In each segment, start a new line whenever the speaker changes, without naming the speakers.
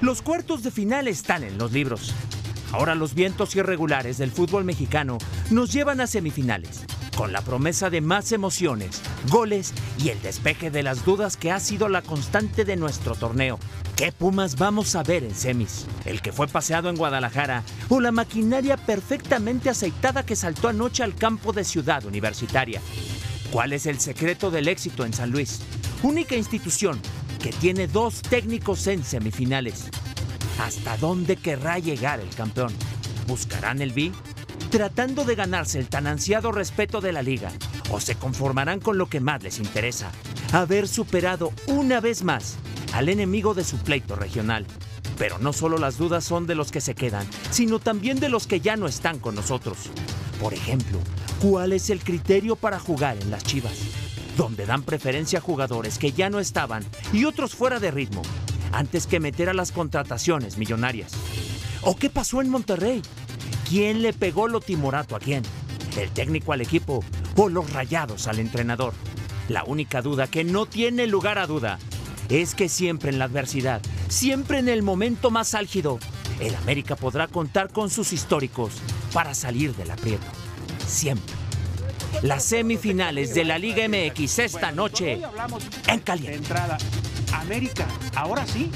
Los cuartos de final están en los libros. Ahora los vientos irregulares del fútbol mexicano nos llevan a semifinales, con la promesa de más emociones, goles y el despeje de las dudas que ha sido la constante de nuestro torneo. ¿Qué Pumas vamos a ver en semis? ¿El que fue paseado en Guadalajara o la maquinaria perfectamente aceitada que saltó anoche al campo de Ciudad Universitaria? ¿Cuál es el secreto del éxito en San Luis? Única institución que tiene dos técnicos en semifinales. ¿Hasta dónde querrá llegar el campeón? ¿Buscarán el B? ¿Tratando de ganarse el tan ansiado respeto de la liga? ¿O se conformarán con lo que más les interesa? Haber superado una vez más al enemigo de su pleito regional. Pero no solo las dudas son de los que se quedan, sino también de los que ya no están con nosotros. Por ejemplo, ¿cuál es el criterio para jugar en las Chivas? Donde dan preferencia a jugadores que ya no estaban y otros fuera de ritmo, antes que meter a las contrataciones millonarias. ¿O qué pasó en Monterrey? ¿Quién le pegó lo timorato a quién? ¿El técnico al equipo o los rayados al entrenador? La única duda que no tiene lugar a duda es que siempre en la adversidad, siempre en el momento más álgido, el América podrá contar con sus históricos para salir del aprieto. Siempre. Las semifinales de la Liga MX esta noche en
De
caliente.
entrada, América, ahora sí.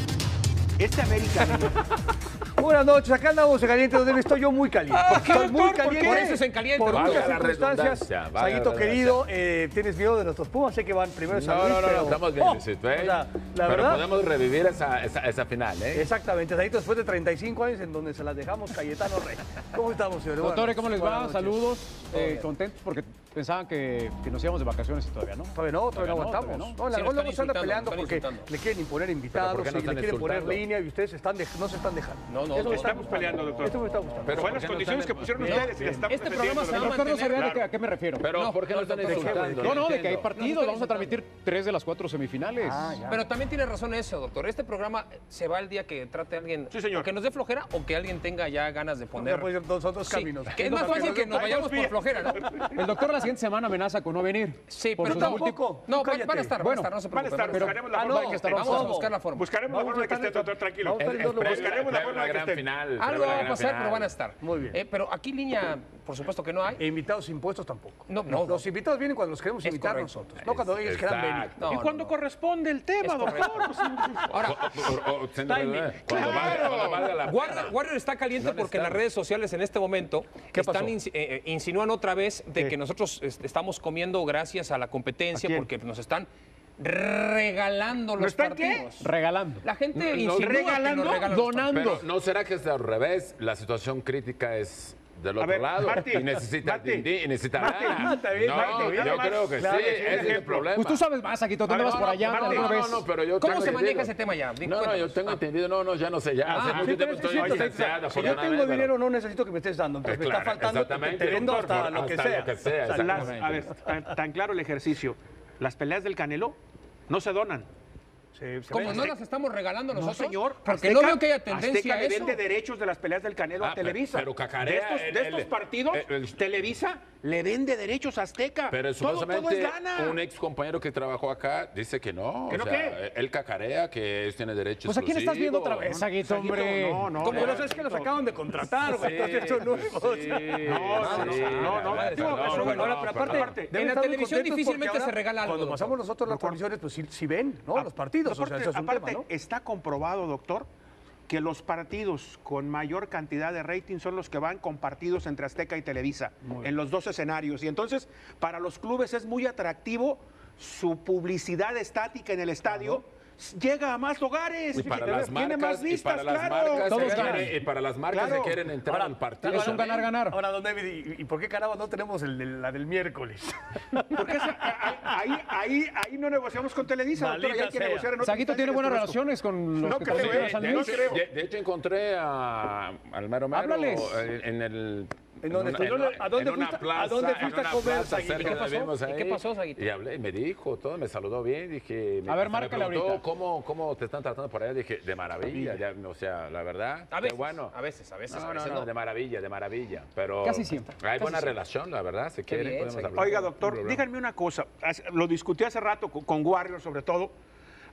Este América.
Buenas noches, acá andamos en caliente, donde estoy yo muy caliente.
Ah,
Estoy muy caliente.
Por eso es en caliente,
Por
doctor.
muchas
Vaya la
circunstancias.
redundancia, vaya
Saguito
la
querido, eh, tienes miedo de nuestros Pumas, sé que van primero a San
No,
Luis,
no, no,
pero-
no, estamos
Oh,
bien, Luisito, ¿eh?
o sea, La
Pero
verdad,
podemos revivir esa, esa, esa final, ¿eh?
exactamente. Saguito, después de 35 años en donde se las dejamos, Cayetano Rey. ¿Cómo estamos, señor?
Doctores, ¿cómo les va?
Buenas noches.
Saludos. Eh, contentos porque pensaban que, que nos íbamos de vacaciones y todavía no.
Todavía no, todavía no
Todavía no,
aguantamos.
todavía
No,
no.
la
Sí,
luego se
nos están
anda
insultando,
peleando
nos
porque
están
le quieren imponer
¿por
invitados y
qué nos
le
están
quieren poner
insultando?
línea y ustedes están dej- no se están dejando.
No, no,
Eso me
no,
está
estamos
gustando.
peleando, doctor.
Esto me está gustando.
Pero
Fue
¿por
las
qué no
condiciones que
están-
pusieron
Bien.
¿Eh?
ustedes y las estamos
Este programa se va a
defendiendo,
mantener. No sabían
claro.
a qué me refiero.
Pero ¿por qué no están insultando?
No, no, de que hay
entiendo.
partidos. Vamos a transmitir tres de las cuatro semifinales.
Pero también tiene razón eso, doctor. Este programa se va el día que trate a alguien
Sí, señor.
o que nos dé flojera o que alguien tenga ya ganas de poner.
Ya puede ser dos- son dos
Sí,
caminos.
que es más
Dos
fácil que
caminos.
nos
Hay
vayamos
dos
por
vías.
flojera, ¿no?
El doctor la siguiente semana amenaza con no venir.
Sí,
Por
pero
sus
tampoco.
múltiples-
tampoco.
No,
Tú
va-
cállate.
van a estar,
Bueno,
van a
Van a
estar, no se preocupen.
estar,
van a
buscaremos la
Ah,
forma
no,
de que esté.
estamos-
Vamos a buscar la forma.
Buscaremos la
Vamos a
forma de que esté,
tratar de-
doctor, tranquilo.
vamos a
Es-
tratar de-
es previo-
Buscaremos la
previo a
forma de que
gran
estén.
final, previo
Algo
a la
va a
gran
pasar, pero
final.
van a estar.
Muy bien.
Eh, pero aquí línea, por supuesto que no hay.
E invitados impuestos tampoco.
No, no.
Los invitados vienen cuando los queremos
Es
invitar
correcto.
nosotros, no cuando ellos quieran
Exacto.
venir.
No,
Y
no,
cuando
no.
corresponde el
Es
tema,
correcto.
doctor. pues,
Ahora,
O- o- o- Cuando valga- cuando valga la pena.
Warrior, Warrior está caliente porque en las redes sociales en este momento están insi- eh, eh, insinúan otra vez de que nosotros est- estamos comiendo gracias a la competencia porque nos están regalando los
están qué?
partidos.
Regalando.
La gente
No,
insinúa
¿regalando?
que nos regalan los
Donando.
Pero no será que es al revés, la situación crítica es del otro
ver,
lado
Martín,
y necesita
Martín,
dindín, y necesita
Martín,
lana.
está bien,
no,
Martín, nada
yo
más.
creo que
Claro,
sí,
sí, un
ese es el
ejemplo.
problema.
Pues tú sabes más, Aquí tú te vas
no,
por allá.
no,
No,
Martín,
no,
no,
ves.
no, pero yo
¿Cómo
tengo
se maneja
entendido-
ese tema ya? Di-
No, no, yo
cuéntanos.
tengo entendido, no, no, ya no sé, ya hace
Sí,
mucho
pero
tiempo
es que
estoy
si yo te-
distanciado,
si yo tengo
afortunadamente,
dinero, no necesito que me estés dando.
pero-
Entonces,
Eh,
me está
claro,
faltando, te,
exactamente,
te vendo
doctor,
hasta lo que sea.
Lo que sea
O sea,
Las-
exactamente.
a ver, tan, tan claro el ejercicio. Las peleas del Canelo no se donan. Se- se
Como
ven-
no
Azte-
las estamos regalando
No,
nosotros,
señor.
porque
Azteca-
no veo que haya tendencia
Azteca
a
le
eso.
vende derechos de las peleas del Canelo
Ah,
a
pe-
Televisa.
pero cacarea
De estos, de
el-
estos
el-
partidos,
el- el-
Televisa le vende derechos a Azteca.
Pero
todo, todo es
supuestamente
lana.
un ex compañero que trabajó acá dice que no.
¿Que
o
no
sea,
qué?
Él cacarea que ellos tienen derecho
Pues a quién estás viendo
exclusivo.
otra vez, Saguito, hombre.
No, no.
Como
no,
no sabes que los acaban de contratar, güey. Entonces, son nuevos.
No, no,
Sí,
no, no,
madre,
digo,
no,
eso,
no,
bueno, ahora, pero
no,
aparte,
perdón.
aparte,
Deben
En la
estar muy
televisión
contentos
difícilmente
porque
se
ahora,
regala algo,
Cuando
doctor.
pasamos nosotros las condiciones, pues sí, sí ven,
Ah,
¿no? Los partidos. o sea,
Aparte,
eso es un
aparte,
tema, ¿no?
está comprobado, doctor, que los partidos con mayor cantidad de rating son los que van compartidos entre Azteca y Televisa, en los dos escenarios. Y entonces, para los clubes es muy atractivo su publicidad estática en el estadio. Llega a más hogares,
Y para las
tiene más
marcas, y
vistas,
para las
claro.
marcas,
Todos
se
ganan.
quieren- y para las marcas
Claro.
se quieren entrar al partido.
Es un
también.
ganar-ganar.
Ahora, don David, ¿y, y por qué caramba no tenemos el de- la del miércoles?
Porque esa- a- a- ahí, ahí, ahí no negociamos con Televisa, doctor, ahí
Maldita
hay que
sea.
negociar en otro
Saguito
instante,
tiene buenas
desconozco.
relaciones con los
No
que
creo,
transmiten
eh,
a San
de-
Luis.
no creo.
De, de hecho, encontré a, al mero mero,
Háblales.
eh, En, el.
¿En dónde fuiste? ¿A dónde
en una
fuiste- a
plaza,
dónde
en
fuiste a
una
comer,
plaza
Saguito?
cerca
¿Qué
de
pasó?
vimos
¿Y qué
ahí,
pasó, Saguito?
Y hablé, y me dijo, todo, me saludó bien. Dije. me-
A ver,
hasta me
márcale
preguntó
ahorita.
¿cómo, ¿Cómo te están tratando por allá? Dije, de maravilla. ya, o sea, la verdad.
A
qué
veces,
bueno.
a veces, a veces,
No,
a veces
no, no,
no.
de maravilla, de maravilla. Pero.
Casi siempre,
Hay
casi
buena
siempre.
relación, la verdad, se quieren.
bien,
podemos
Saguito.
hablar.
Oiga,
No
doctor,
hay
díganme una cosa. Hace- Lo discutí hace rato con, con Warrior, sobre todo.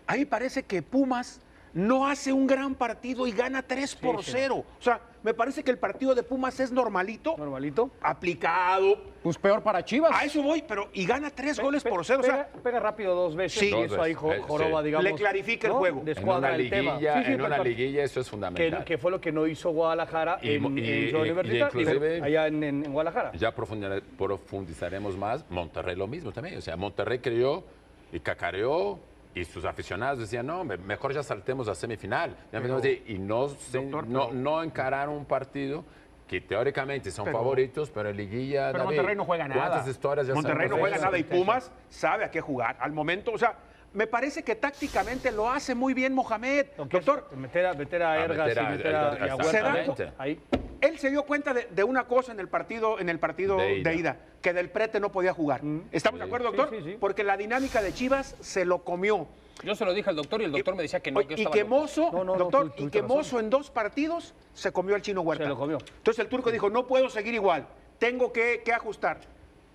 A mí parece que Pumas no hace un gran partido y gana 3 por 0. O sea, me parece que el partido de Pumas es normalito,
Normalito.
aplicado.
Pues peor para Chivas.
A eso voy, pero y gana 3 goles
Pe-
por 0. O sea,
pega, pega rápido dos veces
Sí.
y
Dos
eso ahí
veces,
jo-
eh,
joroba,
sí.
digamos.
Le clarifica el
¿no?
juego.
En una
Descuadra el tema.
liguilla,
Sí, sí,
en una
perfecto.
liguilla eso es
Que,
fundamental.
que fue lo que no hizo Guadalajara
Y mo-
en,
y-
en Ciudad
y- y
Universitaria, digo,
inclusive-
allá en, en- en Guadalajara.
Ya profundizare- profundizaremos más. Monterrey lo mismo también. O sea, Monterrey creyó y cacareó y sus aficionados decían, no, me- mejor ya saltemos a semifinal. Ya empezamos a decir, y no, se-
Doctor,
no,
pero-
no encararon un partido que teóricamente son
Pero-
favoritos, pero en liguilla...
pero
David,
Monterrey no juega nada.
¿Cuántas historias ya
Monterrey no
sabemos
juega
de
nada y
eso?
Pumas sabe a qué jugar al momento. O sea, me parece que tácticamente lo hace muy bien Mohamed.
Lo que es
Doctor,
meter a, meter a
A
Ergas
meter
y
a-
meter a,
a-
y a
exactamente.
Huerta, ¿no? Ahí.
Él se dio cuenta de, de una cosa en el partido, en el partido
De
de,
ida.
ida. que del prete no podía jugar. ¿Estamos de acuerdo, doctor?
Mm. sí, sí.
Porque la dinámica de Chivas se lo comió.
Yo se lo dije al doctor y el doctor me decía que no.
Oye,
yo
y
estaba
que
loco.
Mozo,
No, no, no,
doctor,
tú- tú
y que
tienes
Mozo en dos partidos se comió al chino Huerta.
Se lo comió.
Entonces el turco dijo, no puedo seguir igual, tengo que, que ajustar.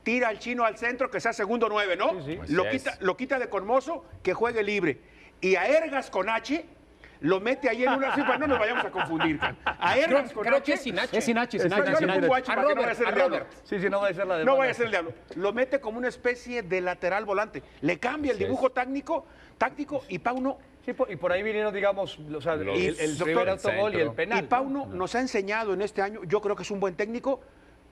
Tira al chino al centro, que sea segundo nueve, ¿no?
Sí, sí.
Pues
Lo,
es.
quita, lo quita de con Mozo, que juegue libre. Y a Ergas con H, lo mete ahí en una... Sí, pues no nos vayamos a confundir, can. A Ergas
Creo,
con
creo
H...
que es sin H.
Es sin H, sin
Yo
H,
le
sin H.
pongo H
A
para que no
Robert,
vaya a ser el
a
diablo.
Robert.
Sí, sí, no vaya a ser la de
No vaya a ser el diablo. Lo mete como una especie de lateral volante. Le cambia el
Así es.
dibujo técnico, táctico y Pauno.
Sí, por- y por ahí vinieron, digamos, o sea, el,
Los-
el
el
primer
centro.
autogol y el penal. ¿eh?
y Pauno nos ha enseñado en este año, yo creo que es un buen técnico,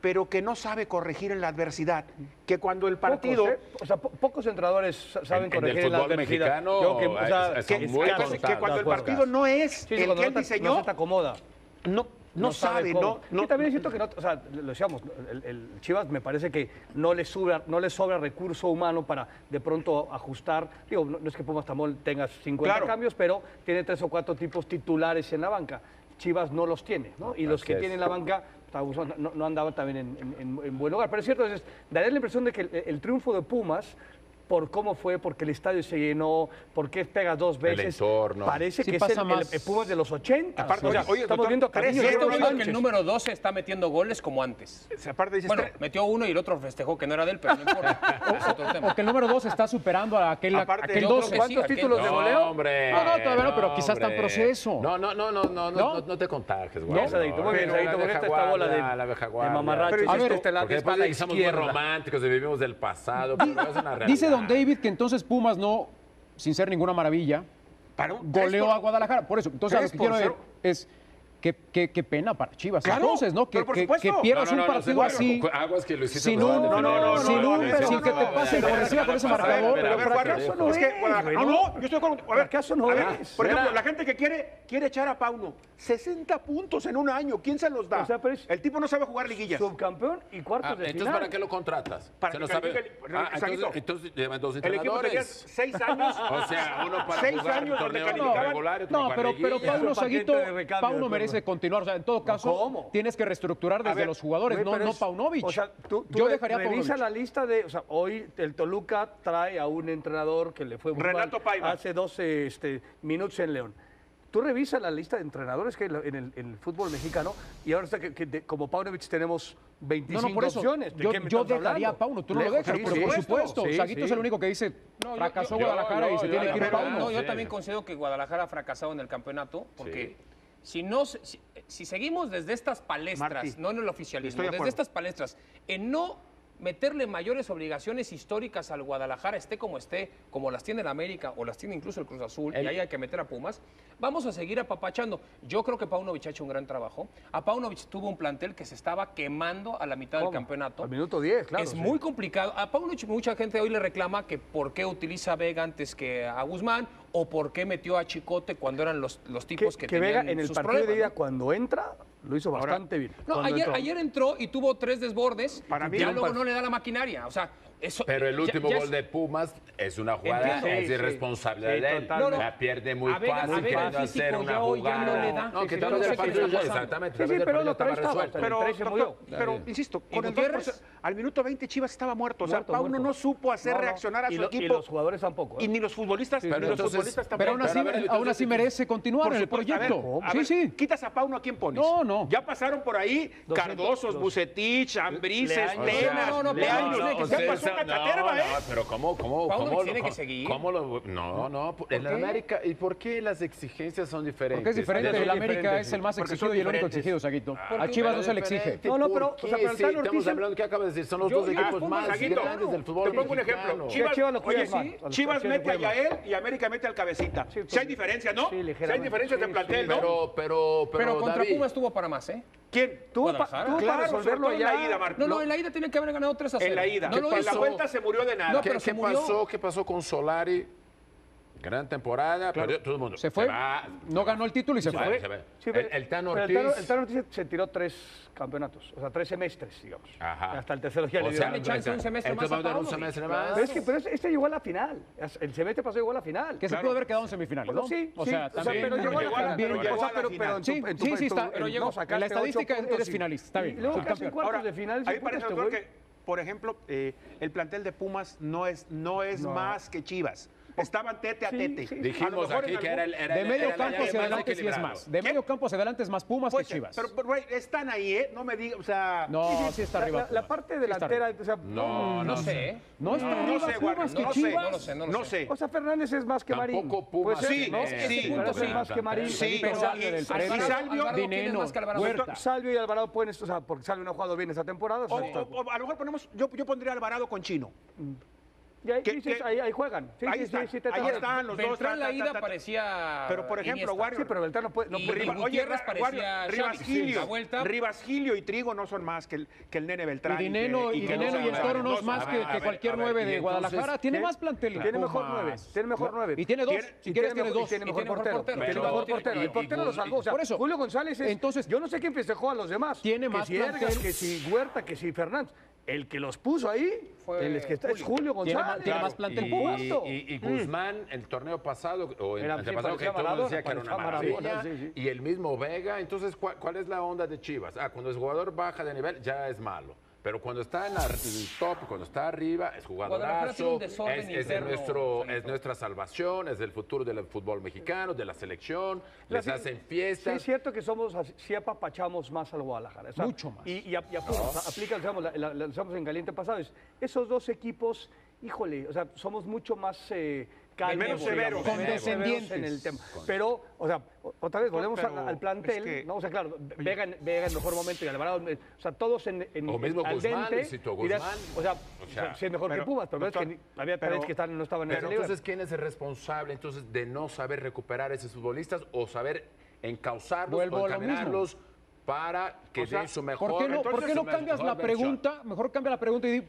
pero que no sabe corregir en la adversidad. Que cuando el partido.
Pocos, ¿eh? O sea, po- pocos entrenadores sa- saben
en el
corregir la
fútbol
adversidad.
mexicano,
Yo que,
eh,
que,
son muy
que-
contados.
que cuando el
De acuerdo.
partido no es
Sí, sí,
el
cuando
que él
no, te- no
diseñó,
se te acomoda.
no, no, sabe,
cómo.
no, no-
Y también siento que no, o sea, lo decíamos, el, el Chivas me parece que no le sobra, no le sobra recurso humano para de pronto ajustar. Digo, no, no es que Pumas Tamol tenga 50
Claro.
cambios, pero tiene tres o cuatro tipos titulares en la banca. Chivas no los tiene, ¿no? Y los
Así
que
es.
tiene en la banca está abusando, no, no andaban también en, en- en- en buen lugar. Pero es cierto, entonces, daría la impresión de que el, el triunfo de Pumas por cómo fue, porque el estadio se llenó, porque pega dos veces.
entorno.
Parece
Sí,
que es
pasa
el,
más.
el Pumas de los 80.
Aparte,
O sea,
oye, oye,
estamos
doctor,
viendo a Carrillo,
Y
Sí,
esto
Robert
veo que
Sánchez.
el número 12 está metiendo goles como antes.
Aparte
Este
dices,
Bueno,
tres-
metió uno y el otro festejó que no era de él, pero no importa. Es otro tema.
O que el número 2 está superando a aquel, a-
Aparte,
aquel
yo creo
12.
que sí,
¿Cuántos
aquel-
títulos de
No,
goleo?
hombre,
No, no, todavía no, pero quizás está en
hombre.
proceso.
No, no, no, no, no, no, no, no te contajes, güey.
Sadito, muy bien, Sadito, con esta bola de- de mamarrachos, este
Pero,
esta
a ver,
es la- esta
porque después
la
de que somos muy
izquierda.
románticos y vivimos del pasado, pero es una realidad.
Dice Don David que entonces Pumas no, sin ser ninguna maravilla,
para un- tres
goleó
por-
a Guadalajara. Por eso, entonces a lo
tres
que
por
quiero
cero.
es qué que, que pena para Chivas.
Claro,
entonces, ¿no? Que,
pero por
que-
supuesto.
que
No,
pierdas
no, no,
un
no,
partido
no,
así.
no, Aguas que lo hiciste
sin
los
un-
dos,
no, no,
defender.
no, sin
no,
un-
a ver,
sin
no,
que
no,
te
no,
pasen
a ver,
por encima con ese
a ver,
marcador.
a ver,
Pero, a ver,
fracaso
Guadalajara,
no
es que
es,
Guadalajara-
güey,
no,
no.
no, yo estoy con. A ver,
Fracaso no
a ver,
es.
Por ejemplo,
Era-
la gente que quiere, quiere echar a Pauno 60 puntos en un año, ¿quién se los da?
O sea, pero es-
El tipo no sabe jugar liguillas.
Subcampeón y cuartos
Ah,
de
entonces,
final.
¿para qué lo contratas?
Para
Se
que
lo sabe-
califique el-
Ah,
Sanito.
entonces, entonces llevan dos
El equipo tenía
entrenadores.
seis años.
O sea, uno para
seis
jugar
años donde
torneo
calificaban.
regular y otro
No,
para
pero, pero
liguilla.
Pauno
Es un paquete
Saguito,
de recambio,
Pauno
doctor.
merece continuar. O sea, en todo caso,
¿cómo?
tienes que reestructurar desde
ver,
los jugadores,
Güey,
no,
pero
no
es-
Paunovic.
O sea, tú, tú
Yo
re-
dejaría a
revisa
Paunovic.
la lista de. O sea, hoy el Toluca trae a un entrenador que le fue muy
Renato
mal
Paiva.
hace 12 este, minutos en León. Tú revisa la lista de entrenadores que hay en la- en el, en el fútbol mexicano y ahora está que, que de- como Paunovic tenemos 25
No, no, por eso.
opciones. ¿De
Yo,
qué me
yo
estás hablando?
dejaría a Pauno, tú no lo
Lejos,
dejas,
sí,
pero por supuesto.
Sí,
Saguito
sí.
es el único que dice,
yo-
fracasó
yo-
Guadalajara y se
yo-
tiene
yo-
que ir
pero-
Pauno.
no, yo
sí.
también considero que Guadalajara ha fracasado en el campeonato, porque si, no, se- si, si seguimos desde estas palestras,
Martí,
no en el oficialismo,
estoy de
desde
acuerdo.
estas palestras, en no meterle mayores obligaciones históricas al Guadalajara, esté como esté, como las tiene el América o las tiene incluso el Cruz Azul, y ahí hay que meter a Pumas, vamos a seguir apapachando. Yo creo que Paunovic ha hecho un gran trabajo. A Paunovic tuvo un plantel que se estaba quemando a la mitad
¿Cómo?
del campeonato.
Al minuto 10, claro.
Es
sí.
muy complicado. A Paunovic mucha gente hoy le reclama que por qué utiliza a Vega antes que a Guzmán o por qué metió a Chicote cuando eran los, los tipos que, tenían
Vega en el
sus
partido
problemas,
de ida
¿no?
cuando entra lo hizo bastante bien.
No,
Cuando
ayer,
entró.
ayer entró y tuvo tres desbordes.
Para mí
ya
era un
luego
par-
no le da la maquinaria. O sea, eso.
Pero el
ya-
último
ya
gol
es-
de Pumas es una jugada,
Entiendo.
es
Sí, sí.
irresponsable
Sí,
de él.
totalmente.
La pierde muy
A ver,
fácil
a ver,
queriendo
físico,
hacer una
ya hoy ya
jugada.
no le da.
No, que
Sí,
tal vez
sí, no
el
sé qué le
partido
está
ya
pasando.
exactamente.
Sí,
tal vez
sí,
el
pero
partido
lo trae
estaba
estaba,
resuelto.
pero-
Pero,
13
doctor,
murió.
pero insisto,
¿Y
con el
Gutiérrez?
2%, al minuto 20 Chivas estaba muerto. o sea,
Muerto,
Pauno
muerto.
no supo hacer
No, no,
reaccionar a
y
su
lo-
equipo.
Y los jugadores tampoco. ¿eh?
Y ni los futbolistas,
pero
ni los
entonces-
futbolistas tampoco.
Pero aún así,
Pero a ver,
aún así
entonces-
merece continuar
Por
en el
supuesto, a ver,
proyecto.
a
Sí,
ver,
sí.
Quitas a Pauno, ¿a quién pones?
No, no.
Ya pasaron por ahí
200,
Cardosos,
los-
Bucetich, Ambrises,
Leaño.
Tenas,
No, no, no,
Leaño.
Pauno tiene que
Ya
ser
pasó ponga
no,
Caterva,
no,
¿eh?
pero ¿cómo? ¿Cómo?
Paunovic
cómo
tiene que
cómo-
seguir.
cómo lo- no, no. por- El
qué?
América. ¿Y por qué las exigencias son diferentes?
Porque es diferente,
Desde-
el América
diferentes,
es el más
porque son
exigido y el único
diferentes. Ah.
exigido, Saguito. A
Porque-
Chivas no se le
Pero
exige.
diferente,
No, no,
¿por
pero, o sea,
qué?
pero el
Sí,
Tan Ortiz
estamos
en-
hablando que acabas de decir, son los
Yo-
dos
yo
equipos
pongo,
más
Saguito,
grandes del fútbol
Te pongo un
mexicano.
ejemplo.
Sí, a
Chivas,
Chivas lo
oye,
cuidas más,
sí,
a los
Chivas
partidos de
mete a
Puebla.
Yael y América mete al cabecita.
Sí,
si hay
pues,
diferencias, ¿no?
sí,
si hay
ligeramente.
diferencias de
Sí,
plantel,
sí.
¿no?
Pero, pero,
Pero, contra
David,
Pumas tuvo para más, ¿eh?
¿Quién?
Tuvo pa-
Guadalajara.
tuvo para
Claro,
resolverlo
sobre todo en la
allá.
ida, Marco.
No, no, en la ida tenía que haber ganado 3 a 0.
En la ida.
No lo
en la
hizo.
vuelta se murió de nada.
No,
¿Qué,
pero
qué
se murió.
pasó? ¿Qué pasó con Solari? Gran temporada, perdió todo el mundo.
Se fue,
va,
no ganó el título y se
se va,
fue.
se va.
Sí,
el,
pero-
el Tan
pero
Ortiz.
el Tan, el Tan Ortiz se- se tiró tres campeonatos, o sea, tres semestres, digamos.
Ajá.
Hasta el tercero ya
O
le dio.
sea,
la-
Dale chance un semestre
entonces
más a
vamos a dar un
Paunovic.
semestre más.
Pero es que pero es- este llegó a la final. El semestre pasado llegó a la final.
Que se pudo haber quedado en semifinales, ¿no?
Sí,
O
sí,
sea, también.
pero llegó a la final.
bien,
pero llegó
o sea,
a la
pero-
final.
pero en tu-
Sí,
en tu-
sí, sí,
en tu-
está,
en-
pero llegó.
no,
sacaste
en la estadística
ocho puntos
eres
y-
finalista, está bien.
y luego
subcampeón.
casi en cuartos de final.
ahí
sí,
parece
puta,
doctor,
güey.
que, por ejemplo, eh, el plantel de Pumas no es, no es más que Chivas. Estaban tete a
Sí,
tete.
sí.
A lo
Dijimos
mejor
aquí
en algún-
que era el. Era
De
el-
medio
era el
campo hacia
año más
adelante sí es
equilibrado.
más. De
¿Quién?
medio campo hacia adelante es más Pumas que
Puede ser,
Chivas.
Pues, Pero, pero, güey, están ahí, ¿eh? No me digas, o sea...
No, sí está
La-
arriba.
la- La
Pumas.
parte
Sí está
delantera,
arriba.
o sea, Mm,
No,
No
no sé.
sé, ¿eh?
No está
No,
arriba
sé,
Pumas
Warren,
que
no sé,
Chivas.
no lo sé, no lo sé.
sé.
O sea, Fernández es más que Marín.
Tampoco Pumas.
Puede ser,
Sí,
¿no?
sí,
tiene
sí,
tantas
Fernández es más que Marín.
exigencias.
Sí,
Felipe
o sea,
Alvarado en el
y-
frente.
y Salvio-
Alvarado, ¿quién es
Dineno,
más que Alvarado?
Huerta.
Salvio y Alvarado pueden, o sea, porque Salvio no ha jugado bien esta temporada. o
O,
sea, está-
o- o a lo mejor ponemos, yo, yo pondría a Alvarado con Chino.
y ahí,
que-
dices,
que-
ahí, ahí juegan. Sí,
Ahí
sí,
están,
sí, sí, te-
ahí
te-
están los dos.
Beltrán
ta, ta,
la ida
ta, ta.
parecía.
Pero, por ejemplo,
Iniesta.
Warrior-
Sí, pero Beltrán no puede. No,
Y-
puede-
y-
Riva-
Gutierrez
Ra-
parecía
Warrior,
Xavi.
Rivas
Sí,
Gilio,
la vuelta.
Rivas Gilio y Trigo no son más que el, que el nene
Y
Beltrán.
Dineno
que-
y
que
Dineno
Gonzalo
y el Toro no
Mendoza.
es más
a
que,
ver,
que
a ver,
cualquier
a ver,
nueve
y
de
entonces,
Guadalajara. Tiene
¿qué?
más plantel. que
Tiene mejor
Pumas.
nueve. Tiene mejor nueve.
Y tiene dos.
Tiene-
si quieres, tiene
mejor-
dos.
Tiene mejor
tiene mejor
portero.
portero.
Tiene
Pero-
mejor portero.
y-
El portero lo salvó. O sea,
por eso.
Julio González es.
Entonces-
yo no sé quién festejó a los demás.
Tiene
que
más
si Ergas,
plantel.
que si Huerta, que si Fernández. El que los puso ahí,
Fue
el que está es Julio
Tiene más-
González.
tiene más plantel
y,
Pumas.
y-
Mm.
y Guzmán, el torneo pasado, o el
Era- sí,
antepasado, que
parecía
todo el mundo decía
Maradona,
que era una
parecía
maravilla,
Maradona, sí,
y el mismo Vega. Entonces, ¿cuál, cuál es la onda de Chivas? Ah, cuando el jugador baja de nivel, ya es malo. Pero cuando está en la- el top, cuando está arriba, es
Guadalajara tiene
jugadorazo,
un
es,
desorden
es
interno,
nuestro,
Sanito.
es nuestra salvación, es el futuro del fútbol mexicano, de la selección, les
sí-
hacen
Sí,
fiestas.
es cierto que somos, así- sí apapachamos más al Guadalajara. o sea,
Mucho más. Ah.
Y, y a- y a Pumas, a- aplica, digamos, la- la- la- lo usamos en caliente pasado. es, esos dos equipos, híjole, o sea, somos mucho más eh, calmos,
Menos severos.
digamos, menos
Condescendientes.
severos en el tema. Pero, o sea, o- otra vez, volvemos
pero
al, al plantel,
es que-
¿no? O sea, claro, Vega, en- Vega en mejor momento y Alvarado, eh, o sea, todos en, en
O mismo
al
Guzmán,
dente,
Luisito
dirás,
Guzmán.
O sea,
O sea,
sí es mejor
pero,
que Pumas, pero,
doctor,
es que había
pero-
tres que están- no estaban en
Pero
ese nivel.
entonces, ¿quién es el responsable entonces de no saber recuperar a esos futbolistas o saber encauzarlos
Vuelvo a
o
lo
encaminarlos para que
O sea,
den su mejor
¿Por qué no, ¿por
entonces,
qué no
su mejor
cambias la
versión?
pregunta? Mejor cambia la pregunta y di,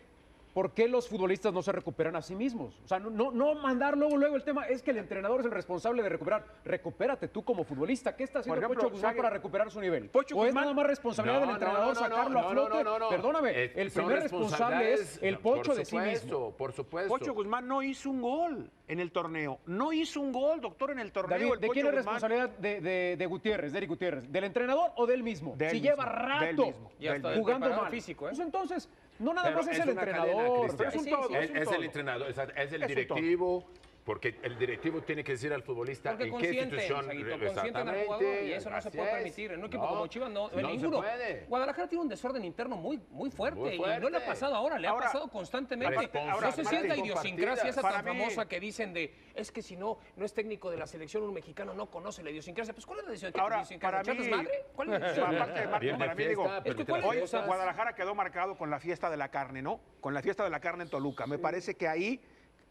¿por qué los futbolistas no se recuperan a sí mismos? O sea, no, no, no mandar luego, luego el tema, es que el entrenador es el responsable de recuperar. Recupérate tú como futbolista. ¿Qué está haciendo
Por ejemplo,
Pocho Guzmán
Sague-
para recuperar su nivel?
Pocho
¿O es
Guzmán-
nada más responsabilidad
No,
del
no,
entrenador
no, no,
sacarlo
no,
a flote?
no, no, no.
Perdóname,
Eh,
el
son
primer responsable es el
por
Pocho de sí
supuesto,
mismo.
Por supuesto.
Pocho Guzmán no hizo un gol en el torneo. No hizo un gol, doctor, en el torneo.
David,
el
¿de
Pocho
quién es
Guzmán.
responsabilidad de, de- de Gutiérrez, de Eric Gutiérrez? ¿Del entrenador o del mismo?
Del
si
mismo,
lleva
del
rato
mismo,
Y hasta del
jugando
preparador
mal.
físico, ¿eh?
Pues entonces, no nada
Pero
más es, el
una cadena,
entrenador.
Cristian.
Es un
Sí,
todo,
sí,
es
Es,
un
es el
todo.
entrenador, exacto, es el
Es un
directivo, porque el directivo tiene que decir al futbolista
Porque
en qué
consienten,
institución
Saguito,
re-
consienten al
exactamente,
jugador y eso no se
así
puede
es.
permitir. En un equipo como Chivas no, en
no
ninguno.
Se puede.
Guadalajara tiene un desorden interno muy, muy, fuerte,
Muy
y no le ha
fuerte.
pasado ahora, le ha
Ahora,
pasado constantemente.
responsable.
no sé si es la
Compartidas.
idiosincrasia esa tan
Para mí-
famosa que dicen de es que si no, no es técnico de la selección, un mexicano no conoce la idiosincrasia. Pues ¿cuál es la idiosincrasia?
Ahora,
¿Idiosincrasia?
para mí-
¿Echar desmadre? ¿Cuál es la idiosincrasia?
Aparte de Marco,
Bien de
para mí digo,
fiesta, pues,
es que
permite
¿cuál
las
Hoy
es?
fiestas.
Guadalajara quedó marcado con la fiesta de la carne, ¿no? Con la fiesta de la carne en Toluca. Me parece que ahí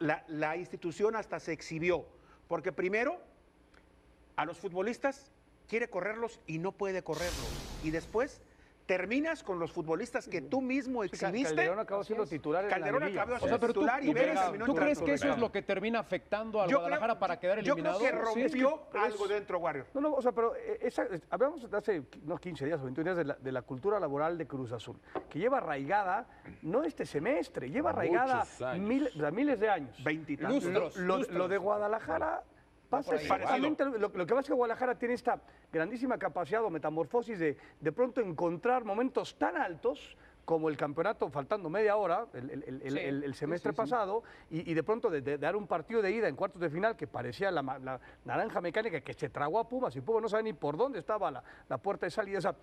la, la institución hasta se exhibió. Porque primero, a los futbolistas quiere correrlos y no puede correrlos. Y después terminas con los futbolistas que tú mismo exhibiste.
Calderón acabó siendo titular en la
Calderón
liguilla.
acabó
O
O
siendo
sea, pero tú,
titular
tú
y Vélez
crees,
terminó
¿tú
entrando.
crees que eso es lo que termina afectando al
Yo creo-
Guadalajara para quedar eliminado?
Yo creo que
Sí, es que-
rompió algo dentro, Warrior.
No, no, o sea, pero eh, esa, eh, hablamos de hace unos 15 días o 21 días de la, de la cultura laboral de Cruz Azul, que lleva arraigada, no este semestre, lleva
Muchos
arraigada
años.
mil- o sea, miles de años.
Veintitantos.
Lustros.
Lo, lo- lo de Guadalajara pasa
ahí. Parecido.
exactamente lo, lo que pasa es que Guadalajara tiene esta grandísima capacidad o metamorfosis de de pronto encontrar momentos tan altos como el campeonato faltando media hora, el, el- el- el-
Sí,
el- el semestre pasado, y, y de pronto de, de- de dar un partido de ida en cuartos de final que parecía la, ma- la naranja mecánica que se tragó a Pumas y Pumas no sabe ni por dónde estaba la, la puerta de salida. O sea,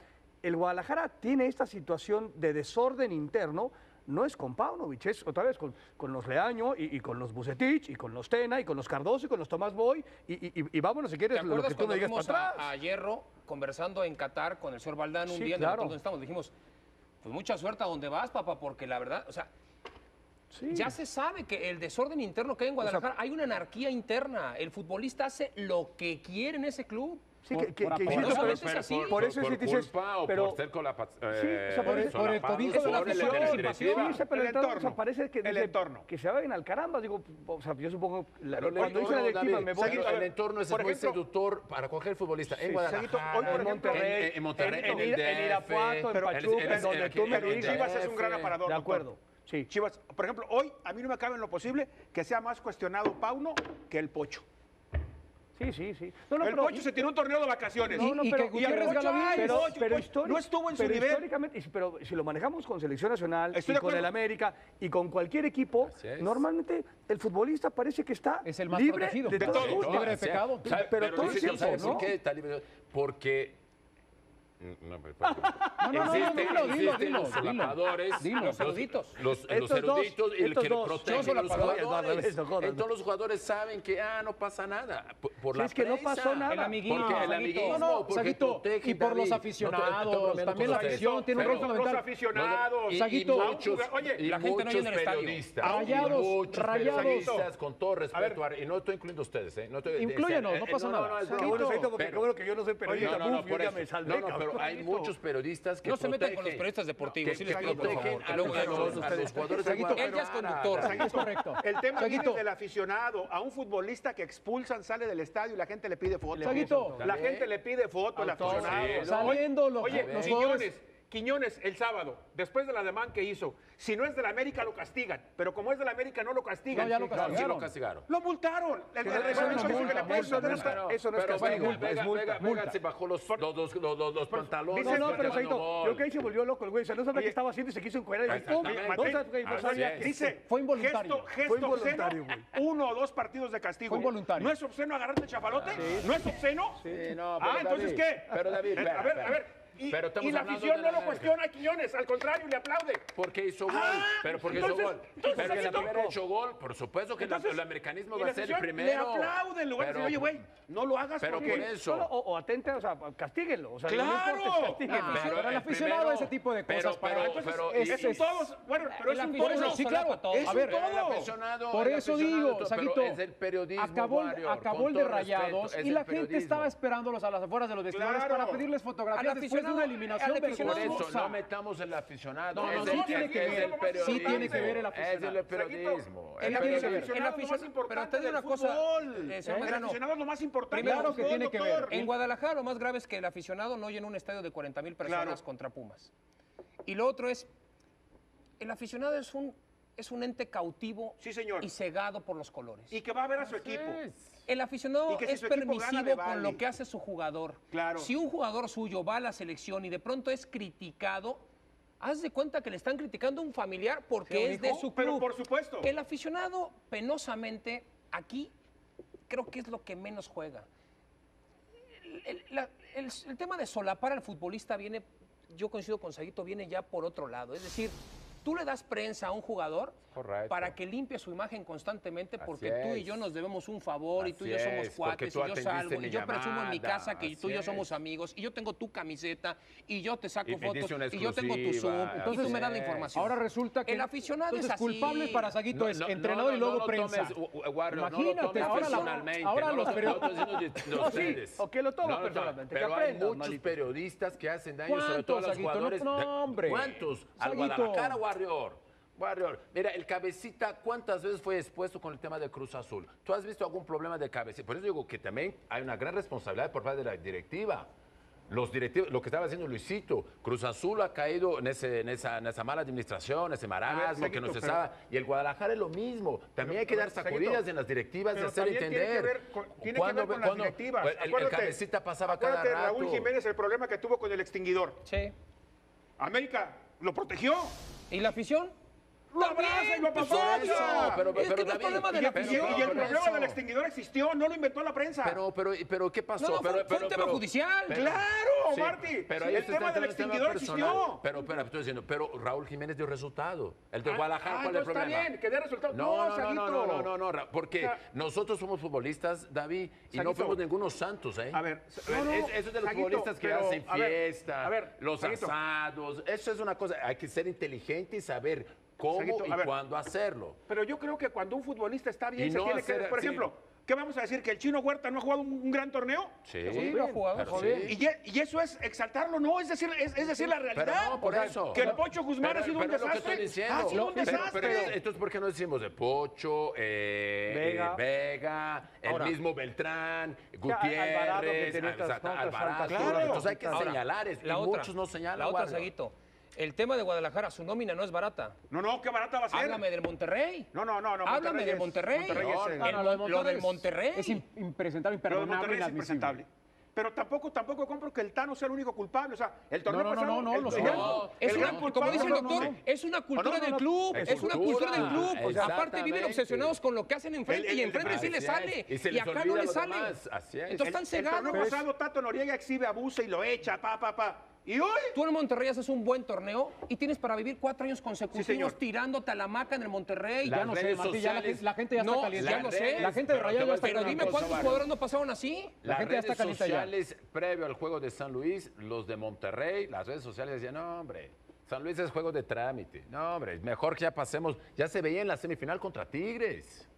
el Guadalajara tiene esta situación de desorden interno no es con Paunovic, es otra vez con, con los Leaño y, y con los Bucetich y con los Tena y con los Cardoso y con los Tomás Boy y, y, y vámonos si
¿Te
quieres lo
acuerdas
que tú
cuando
me digas
vimos
para
a-
atrás.
A, Hierro conversando en Qatar con el señor Valdán un
Sí,
día en el
claro.
hotel donde estamos? Dijimos, pues mucha suerte a donde vas, papá, porque la verdad, o sea,
Sí.
ya se sabe que el desorden interno que hay en Guadalajara, hay una anarquía interna. El futbolista hace lo que quiere en ese club.
Sí, que, que- que
apoyar.
insisto, pero-
Solamente es así.
Por,
por eso
por
es que dices,
culpa o
pero-
por ser colapa-
o sea, por
eh,
el- por el
solapados
cobijo de la
por
Sí,
la
afición,
directiva.
sí, o sea,
El
pero el entorno,
entorno.
o sea, parece que
El
dice
entorno.
que se vayan al caramba, digo, o sea, yo supongo la-
Pero el
cuando dice la
entorno,
directiva
David,
me voy
pero
Seguito, a
el
ver,
entorno es
por
muy
ejemplo-
seductor para cualquier futbolista. en
Sí,
Seguito,
Guadalajara,
hoy, por
en
ejemplo,
Monterrey,
en, en Monterrey,
en- en-
el
en
DF,
Irapuato, en
pero-
Pachuca,
eres- eres-
donde
eres-
tú me
eres-
digas.
Chivas es un gran
DF.
aparador.
de
doctor.
acuerdo. Sí.
Chivas, por ejemplo, hoy a mí no me cabe en lo posible que sea más cuestionado Pauno que el Pocho.
Sí, sí, sí. No, no,
el
pero-
Pocho se tiró un torneo de vacaciones.
No, no, pero-
y al Pocho, ay,
pero,
Pocho,
pero
pues,
históric-
no estuvo en su
pero
nivel.
históricamente, y si- pero si lo manejamos con selección nacional
Estoy
y
de
con el
acuerdo.
América y con cualquier equipo,
Así es.
normalmente el futbolista parece que está
Es el más
libre
protegido.
de,
De
todo.
todo.
Libre de pecado.
¿Sabe?
Pero todo
dice
el
que, ¿sabe
tiempo,
por
¿no?
qué está libre? Porque. No, pero-
No, no, no, no,
Existen-
dilo, dilo,
existen
dilo,
los
dilo.
solapadores,
Dilo.
los
eruditos.
Los, los
Estos dos,
eruditos y el
estos
que
dos.
protege
Yo
a los
solapadores, no, al
jugadores.
revés, no jodas,
Entonces los jugadores saben que ah, no pasa nada. Por, por
Sí,
la
es que no
prensa.
pasó nada.
El amiguismo,
Porque el
Saguito.
No,
amiguismo,
no,
porque
Saguito,
protege,
y por
David.
los
No te- te- te- te-
aficionados,
te- te-
también la
te- te-
afición tiene un
pero-
rol fundamental.
Los aficionados.
y-
Saguito.
y muchos-
Oye,
y
la gente no
muchos
llena el estadio.
periodistas,
Rayados,
y muchos
rayados.
periodistas, con todo respeto,
A ver.
y no estoy incluyendo a ustedes, ¿eh? No estoy-
Inclúyenos, no
eh,
pasa nada.
es
Qué
broma.
bueno, Saito, porque
Pero-
qué bueno que yo no soy periodista,
no, no, no,
buf, yo
por
ya
eso.
me salvé,
No, no,
cabrón.
pero hay muchos periodistas que
No se metan
protegen-
con los periodistas deportivos,
que-
sí les
que
pido, por
protegen
favor, que
a
luego
los-
ya
a
no-
los- a los jugadores de
Saguito,
Guadalajara.
él ya es conductor.
Saguito,
Es correcto.
El tema
Saguito.
viene del aficionado, a un futbolista que expulsan, sale del estadio y la gente le pide foto.
Saguito.
La gente le pide foto al aficionado.
Sí,
Saliendo los-
Oye,
los
Quiñones,
jugadores.
Quiñones el sábado, después de la demanda que hizo, si no es del América lo castigan, pero como es del América no lo castigan.
No, ya lo
Sí, claro.
Sí lo castigaron.
Lo multaron. El, el reglamento dice que le pueden multar hasta-
Eso no es
Pero
castigo,
Vega-
es
Vega-
multa,
Vega- Vega se bajó los, los, los, los- los- los pantalones.
Dice-
No, no, pero
marcando
Saito,
gol.
yo que ahí se volvió loco el güey. O sea, no sabía
Oye.
qué estaba haciendo y se quiso encuadrar. Y dice, pum,
Exactamente.
no sabes qué
Así
pasó allá.
es.
Dice,
Fue involuntario.
Gesto, gesto
Fue involuntario,
obsceno,
güey.
uno o dos partidos de castigo.
Fue involuntario.
¿No es obsceno agarrarte el chafalote? ¿No es obsceno?
Ah, Sí, no, pero
ah, entonces
David,
¿qué?
pero David,
Eh,
espera,
a ver,
espera.
a ver. Y,
Pero estamos
y la
hablando
afición
de
no
la
lo
América.
cuestiona a Quiñones, al contrario, le aplaude.
Porque hizo gol.
Ah,
pero porque
entonces-
hizo gol.
entonces
pero que
Saguito-
le hubiera hecho gol, por supuesto que
Entonces,
el americanismo
y
va
la
a ser el
afición
primero.
Le aplaude en lugar de
Pero-
decir, oye, güey, no lo hagas
Pero
porque...
por eso.
Solo- o, o atenta, o sea, castíguenlo. O sea, no
¡Claro!
importa, castíguenlo.
Ah, pero
el
el aficionado
primero-
a ese tipo de
pero-
cosas,
pero-
para-
entonces,
entonces,
es-
Es un todos, bueno, pero
El
es un
aficionado
todo.
no
Sí,
solapa
claro.
todo.
Es
A
un
ver,
El
todo.
aficionado,
Por
el
eso
aficionado,
digo,
pero
Saguito,
es el periodismo,
acabó, el-
Mario,
acabó
con
el de
todo respeto,
Rayados
es
y
el
la gente
periodismo.
estaba esperándolos a las afueras de los vestidores
Claro.
para pedirles
Al
fotografías después de
aficionado-
una eliminación
al
Por
aficionado
vergonzosa.
eso no metamos el aficionado.
No, no,
es
sí
el,
tiene
es-
que
es
ver,
el
sí
periodismo.
tiene que ver el
Es
aficionado.
el periodismo.
El
es
aficionado-
periodismo.
el
aficionado es lo más
aficionado-
importante
pero te digo
del
una cosa,
fútbol.
eh, señor
El
Medrano.
aficionado es lo más importante
Primero
del
que
fútbol,
tiene que ver,
doctor.
En Guadalajara lo más grave es que el aficionado no llena un estadio de 40 mil personas
Claro.
contra Pumas. Y lo otro es, el aficionado es un, es un ente cautivo
Sí, señor.
y cegado por los colores.
Y que va a ver a su
Pues,
equipo.
el aficionado
y que si
es
su equipo gana,
permisivo
le
con
vale.
lo que hace su jugador.
Claro.
Si un jugador suyo va a la selección y de pronto es criticado, haz de cuenta que le están criticando a un familiar porque
Sí,
es de
hijo,
su club.
pero por supuesto.
El aficionado, penosamente, aquí creo que es lo que menos juega el, la- el- el tema de solapar al futbolista viene, yo coincido con Saguito, viene ya por otro lado. Es decir, tú le das prensa a un jugador
Correcto.
para que limpie su imagen constantemente
Así
porque tú y yo
es.
nos debemos un favor y tú y yo
Así
somos
es, porque
cuates
tú
y yo
atendiste
salgo
mi
y yo presumo en mi
llamada,
casa que tú y yo
así
somos
es.
amigos y yo tengo tu camiseta y yo te saco
Y me
fotos
diste una
y yo tengo tu Zoom
exclusiva,
y tú me das la
así es.
información.
Ahora resulta que
el aficionado
entonces,
es así.
culpables para Saguito
No,
es
no,
entrenador
no,
y luego
no lo
prensa.
tomes, gu- guarda, no lo
Imagínate,
tomes
ahora, la-
personalmente,
ahora
no lo
los
tomes,
periodistas.
no lo estoy diciendo de- de
No, sí,
ustedes.
o que lo tomen
No, no,
personalmente, que
Pero
aprendan,
hay muchos
malditos.
periodistas que hacen daño, sobre
¿Cuántos,
todo a los
Saguito? No,
jugadores.
no,
de-
hombre.
¿Cuántos? Al
Saguito.
Guadalajara, Warrior. Warrior. Mira, el cabecita, ¿cuántas veces fue expuesto con el tema de Cruz Azul? ¿Tú has visto algún problema de cabecita? Por eso digo que también hay una gran responsabilidad por parte de la directiva. Los directivos, lo que estaba haciendo Luisito, Cruz Azul ha caído en, ese, en, esa, en esa mala administración, ese marasmo que
Saguito,
no se
pero-
sabe. Y el Guadalajara es lo mismo. También hay que
Pero,
dar
Saguito,
sacudidas en las directivas de
Pero
hacer
también
entender.
Tiene que ver con, tiene que ver
¿Cuándo-
con
cuándo? Pues,
las directivas.
El- El,
Acuérdate-
cabecita pasaba cada
acuérdate
rato.
de Raúl Jiménez el problema que tuvo con el extinguidor.
Sí.
América lo protegió.
¿Y la afición?
lo abraza y lo
pues,
apapacha.
obvio.
pero-
es que
pero,
no es
David,
problema de
Y,
la
pero-
y- y
no,
el
pero
problema
eso-
del extinguidor existió, no lo inventó la prensa.
Pero, pero, pero, ¿qué pasó?
No, no, fue-
pero,
fue un
pero-
tema
pero-
judicial.
Claro,
Sí,
Oh, Marty.
Pero
Sí,
ahí
el
se
tema del
está entrando en
extinguidor
el tema personal.
existió.
Pero, pero, estoy diciendo, pero Raúl Jiménez dio resultado. El de
Ah,
Guadalajara,
ah,
¿cuál
no,
es el
está
problema?
bien, que dé resultado.
No,
No,
no, no, no,
Saguito.
no, no, no, no, Ra- porque
Sa-
nosotros somos futbolistas, David, y no
Saguito.
fuimos ningunos santos, ¿eh?
A ver,
es,
no, no,
eso es de los
Saguito,
futbolistas que
pero,
hacen
a ver,
fiesta,
a ver,
los
Saguito.
asados, eso es una cosa, hay que ser inteligente y saber cómo
Saguito,
y
a ver.
cuándo hacerlo.
Pero yo creo que cuando un futbolista está bien,
Y
se
no
tiene
hacer-
que. Por
sí.
ejemplo, ¿qué vamos a decir? ¿Que el chino Huerta no ha jugado un, un gran torneo?
Sí,
Sí, lo ha jugado,
pero
joder.
sí.
Y, ye- y eso es exaltarlo, no, es decir, es, es decir la realidad.
Pero no, por
O sea,
eso.
Que el Pocho Guzmán
Pero-
ha sido
pero
un
es lo que
desastre.
estoy diciendo.
Ha sido un
Pero-
desastre.
pero eh, entonces, ¿por qué no decimos de Pocho, eh,
Vega.
eh, Vega, el
Ahora.
mismo Beltrán,
Alvarado, que
Gutiérrez,
tenía estas
Alza-
notas
Alvarado?
altas,
Claro,
altas,
entonces hay que
altas.
señalar eso.
La
y
otra,
muchos no señalan.
La otra,
Warner.
Saguito. El tema de Guadalajara, su nómina no es barata.
No, no, qué barata va a ser.
Háblame del Monterrey.
No, no, no, no,
Háblame
Monterrey
del
es-
Monterrey.
Monterrey es el-
El-
No, no,
lo, del
es-
Monterrey.
Es, im- impresentable,
Pero de
imperdonable,
Monterrey es
inadmisible.
impresentable. Pero tampoco, tampoco compro que el Tano sea el único culpable. O sea, el torneo
No, no, no,
pasado,
no, no,
el-
lo
el
sé.
gran-
No,
el
Es
gran
una, como
culpable-
dice el
no, no,
doctor,
no.
es una cultura
no, no,
del
no.
club,
Es
es, una
cultura,
cultura del club. O sea, aparte viven
exactamente.
obsesionados con lo que hacen enfrente
El- el-
y enfrente
el-
sí
así
les sale
es. Y se
y
les
acá no
olvida
les
lo
sale.
demás, así es.
Entonces están
El torneo
cegados.
pasado, Tato Noriega exhibe, abusa y lo echa, pa, pa, pa. Y hoy,
Tú en Monterrey haces un buen torneo y tienes para vivir cuatro años consecutivos
señor.
tirándote a la maca en el Monterrey.
Las
Ya no sé,
redes
Martí, ya la,
sociales-
gen- la gente ya
No,
está caliente.
ya lo sé.
La gente de
Pero te
Rayado
voy
ya
a
está
decir
Pero
una
dime
cosa,
cuántos
Bárbara.
jugadores no pasaron así.
La
Las
gente ya
redes
está caliente ya.
sociales previo al juego de San Luis, los de Monterrey, las redes sociales decían, no, hombre, San Luis es juego de trámite. No, hombre, mejor que ya pasemos. Ya se veía en la semifinal contra Tigres.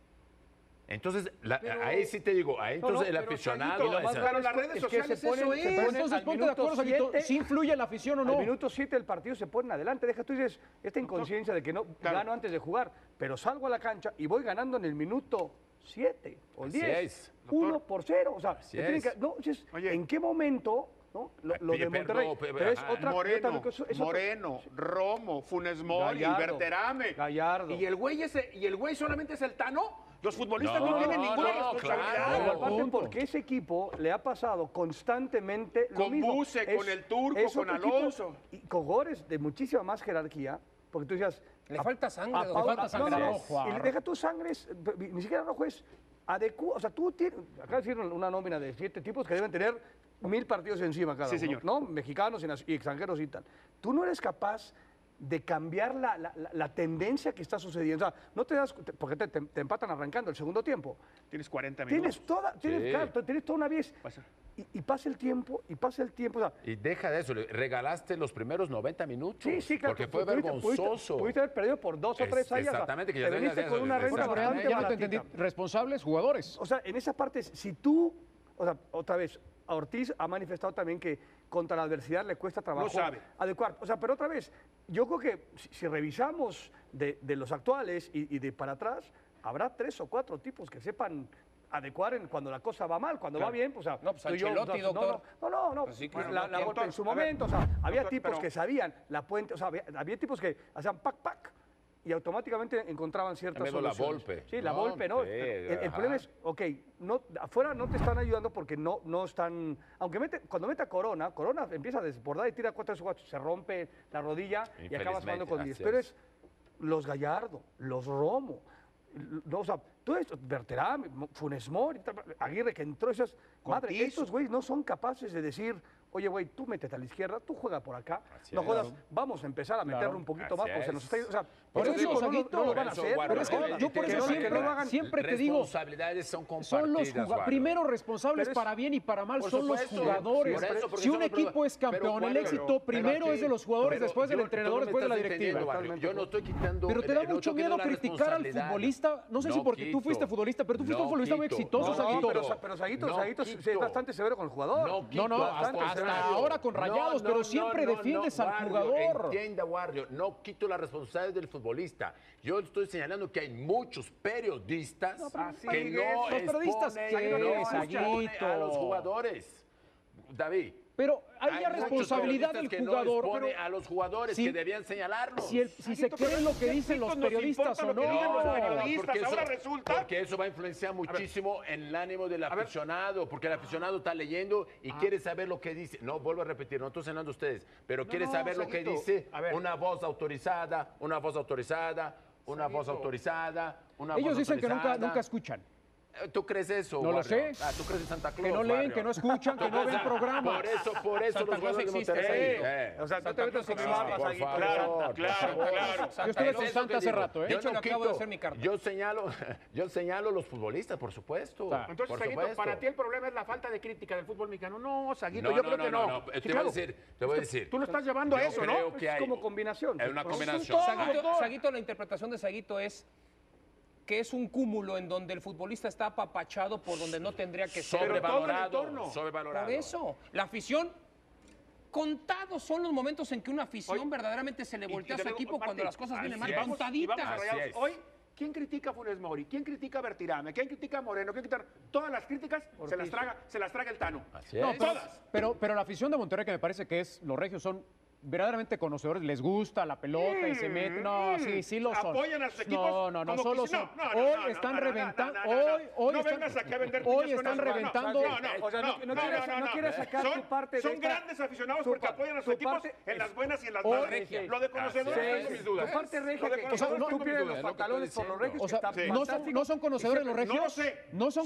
Entonces, la- ahí sí te digo, ahí
No, no,
entonces el
pero,
aficionado...
Saguito,
va a
más
decir,
vale- Pero las redes sociales eso es.
Pero entonces ponte de acuerdo, Saguito, si influye la afición o
Al
no.
minuto 7 del partido se ponen adelante. Deja tú dices, esta inconsciencia de que no
Claro.
gano antes de jugar, pero salgo a la cancha y voy ganando en el minuto 7 o el
Así
10.
es,
doctor.
1 por 0. O sea,
Así
te tienen
es.
que- no, dices,
Oye.
¿en qué momento no? lo, lo
Oye,
de
perdón,
Monterrey?
pe-
pero es
ajá.
otra, yo
Moreno,
también creo que es- es otra-
Moreno, Romo, Funes Mori,
Gallardo,
Berterame.
Gallardo.
¿Y el, güey ese, ¿Y el güey solamente es el Tano? Los futbolistas no,
No,
tienen ninguna
no,
responsabilidad.
Pero
claro.
aparte
punto.
porque ese equipo le ha pasado constantemente lo
Con
mismo.
Buse, con el Turco, con
otro equipo
Alonso.
Y con jugadores de muchísima más jerarquía, porque tú decías...
Le
a-
falta sangre,
a
le
Pau-
falta
a-
sangre
no, no,
roja.
Y le deja tu sangre, es- ni siquiera rojo es adecu... O sea, tú tienes... Acá hicieron una nómina de siete tipos que deben tener mil partidos encima cada
Sí,
uno,
señor.
¿no? Mexicanos y nas- y extranjeros y tal. Tú no eres capaz de cambiar la, la- la- la tendencia que está sucediendo. O sea, no te das... Porque te- te- te empatan arrancando el segundo tiempo.
Tienes 40 minutos.
Tienes toda, tienes,
Sí.
claro, tienes toda una vez.
Pasa.
Y, y pasa el tiempo, y pasa el tiempo. o sea,
Y deja de eso, le regalaste los primeros 90 minutos.
sí, sí, claro.
Porque
tú-
fue
pudiste- pudiste-
vergonzoso.
Pudiste, haber perdido por dos o
Es-
tres años. o sea,
exactamente, que ya
te
tengas
viniste
eso,
con una renta
exactamente.
Pero
bastante
ya, ya no te
baratita.
entendí. Responsables, jugadores.
O sea, en esa parte, si tú, o sea, otra vez, a Ortiz ha manifestado también que contra la adversidad le cuesta trabajo
sabe.
adecuar. O sea, pero otra vez, yo creo que si, si revisamos de, de los actuales y, y de para atrás, habrá tres o cuatro tipos que sepan adecuar en cuando la cosa va mal, cuando va bien, pues, o sea,
No, pues,
tú y yo,
Ancelotti,
no, no,
doctor.
No, no, no.
Pues sí, claro.
la, la
Doctor,
golpe en su
a ver,
momento, o sea, había
doctor,
tipos
pero-
que sabían la puente, o sea, había, había tipos que hacían pac pac y automáticamente encontraban ciertas
También la
soluciones.
Volpe,
Sí, la
¿no?
golpe, ¿no?
Sí,
el, el problema
ajá.
es ok, no, afuera no te están ayudando porque no, no están. Aunque mete, cuando meta Corona, Corona empieza a desbordar y tira cuatro de sus guachos, se rompe la rodilla y acaba jugando con
Infelizmente,
10.
así
Pero
es.
es los Gallardo, los Romo, l- no, o sea, todo esto, Berterame, Mo- Funes Mori, tal, Aguirre que entró, esas. Madre,
Cortizo.
estos güeyes no son capaces de decir. Oye, güey, tú métete a la izquierda, tú juega por acá.
Así
no
es.
jodas, vamos a empezar a meterle un poquito más,
Así
porque se nos está...
es.
O sea,
Por
esos
eso,
tipos no, lo-
Saguito,
no lo
por
van a
eso,
hacer.
Warner,
no
es que
jodas,
yo por
que
eso
no- que
siempre-
no lo hagan-
siempre te digo,
Responsabilidades son compartidas.
Son los jugadores.
Bárbara.
Primero responsables
Pero es-
para bien y para mal
Por
son
supuesto,
los jugadores.
por eso, porque
si un
somos
equipo
problemas.
es campeón,
Pero,
el
Juan,
éxito
pero-
primero
pero
es de los
aquí-
jugadores,
pero
después del
yo- tú
entrenador,
no
después de
me
la
estás
directiva.
entendiendo, Mario. Yo no estoy quitando.
Pero te da
el- el
mucho
otro
miedo
tiene la
criticar al
responsabilidad.
futbolista. No sé si porque tú fuiste futbolista, pero tú fuiste un futbolista muy
quito.
No,
exitoso,
no,
Saguito.
pero, Sa- pero Saguito,
No
Saguito es-
quito.
es bastante severo con el jugador.
No,
No, no,
quito,
hasta-
bastante
hasta
severo.
ahora con Rayados, pero siempre defiendes al
Wario,
jugador.
Entienda, Wario, no quito la responsabilidad del futbolista. Yo estoy señalando que hay muchos periodistas
pero-
que
Así
no
es, los periodistas
exponen,
que-
no exponen
Saguito.
a los jugadores. David.
Pero hay ya
muchos
responsabilidad del
periodistas que
jugador,
No expone
pero-
a los jugadores
Sí.
que debían señalarlos.
Si, el- si se creen lo que dicen los periodistas o no.
que digan los
No,
periodistas,
porque
ahora resulta-
Porque eso va a influenciar muchísimo en el ánimo del aficionado, porque el aficionado está leyendo y quiere saber lo que dice. No, vuelvo a repetir, no estoy cenando ustedes, pero quiere
no,
saber lo que
Saguito,
dice
a ver.
una voz autorizada, una voz autorizada, una voz autorizada, una
Ellos
voz
dicen que nunca,
autorizada.
nunca escuchan.
Eh, ¿Tú crees eso?
No lo
Warrior?
sé.
Ah, ¿Tú crees en Santa Claus?
Que no leen,
Warrior?
que no escuchan, que no ven programas.
Por eso, por eso
Santa
los
Claus
juegos de
existe,
Monterrey.
sí.
Eh.
O sea, tú
Santa
te metes
Claus
con
existe.
barras,
Por
Aguirre.
favor,
Claro,
por
claro,
favor.
claro.
Yo estuve con
Eso
Santa
te
hace
digo.
rato, ¿eh?
De
Yo
hecho,
no
le acabo de
quito-
hacer mi carta.
Yo señalo, yo señalo los futbolistas, por supuesto.
Claro.
Entonces,
por
Saguito,
supuesto.
para ti el problema es la falta de crítica del fútbol mexicano. No, Saguito,
No,
yo
no,
creo
no,
que
no,
no.
no,
Sí,
te voy a
claro.
decir, te voy a decir.
Tú lo estás llevando a
Yo
eso,
creo
¿no?
que
es
hay-
como combinación.
Es una
Pues,
combinación.
todo,
Saguito,
doctor.
Saguito, la interpretación de Saguito es que es un cúmulo en donde el futbolista está apapachado por donde no tendría que ser.
Pero todo el
Sobrevalorado.
entorno.
Sobrevalorado.
Por eso, la afición, contados son los momentos en que una afición verdaderamente se le
Y- y
voltea a
te
su
digo,
equipo
Martín,
cuando las cosas vienen mal,
así es.
Y vamos a
contaditas.
Así
Rayados.
es.
Hoy, ¿quién critica a Funes Mori? ¿Quién critica a Bertirame? ¿Quién critica a Moreno? ¿Quién critica? Todas las críticas se las, traga, se las traga el Tano.
Así es.
No, pero,
Todas.
pero, pero la afición de Monterrey, que me parece que es, los regios son verdaderamente conocedores, les gusta la pelota y se meten. No,
Mm,
sí, sí lo son.
Apoyan a sus equipos.
No, no, no,
como
solo
que si-
son.
no, no, no, no,
Hoy
no,
están
no, no, no,
reventando.
no, no, no.
Hoy, hoy
No
están-
vengas aquí a vender piñas
Hoy
con
están
eso, no, no,
reventando. Eh,
no, no,
O sea, no, no
no, no,
quieres, no
no.
quieres sacar
Son-
tu parte de
son
esta-
grandes aficionados
tu
porque
pa-
apoyan a sus
tu
equipos
parte-
en las buenas y en las
Hoy-
malas.
Sí.
Lo de conocedores
Así
tengo
es.
mis dudas.
Tu parte regia,
Lo de
que,
conocedores
no, tú
tengo mis
pierdes
dudas.
los
es lo que estoy
pantalones por los
diciendo.
regios,
O sea,
que está
Sí.
no, son,
fantástico.
no son conocedores los regios.
No lo sé.
No son,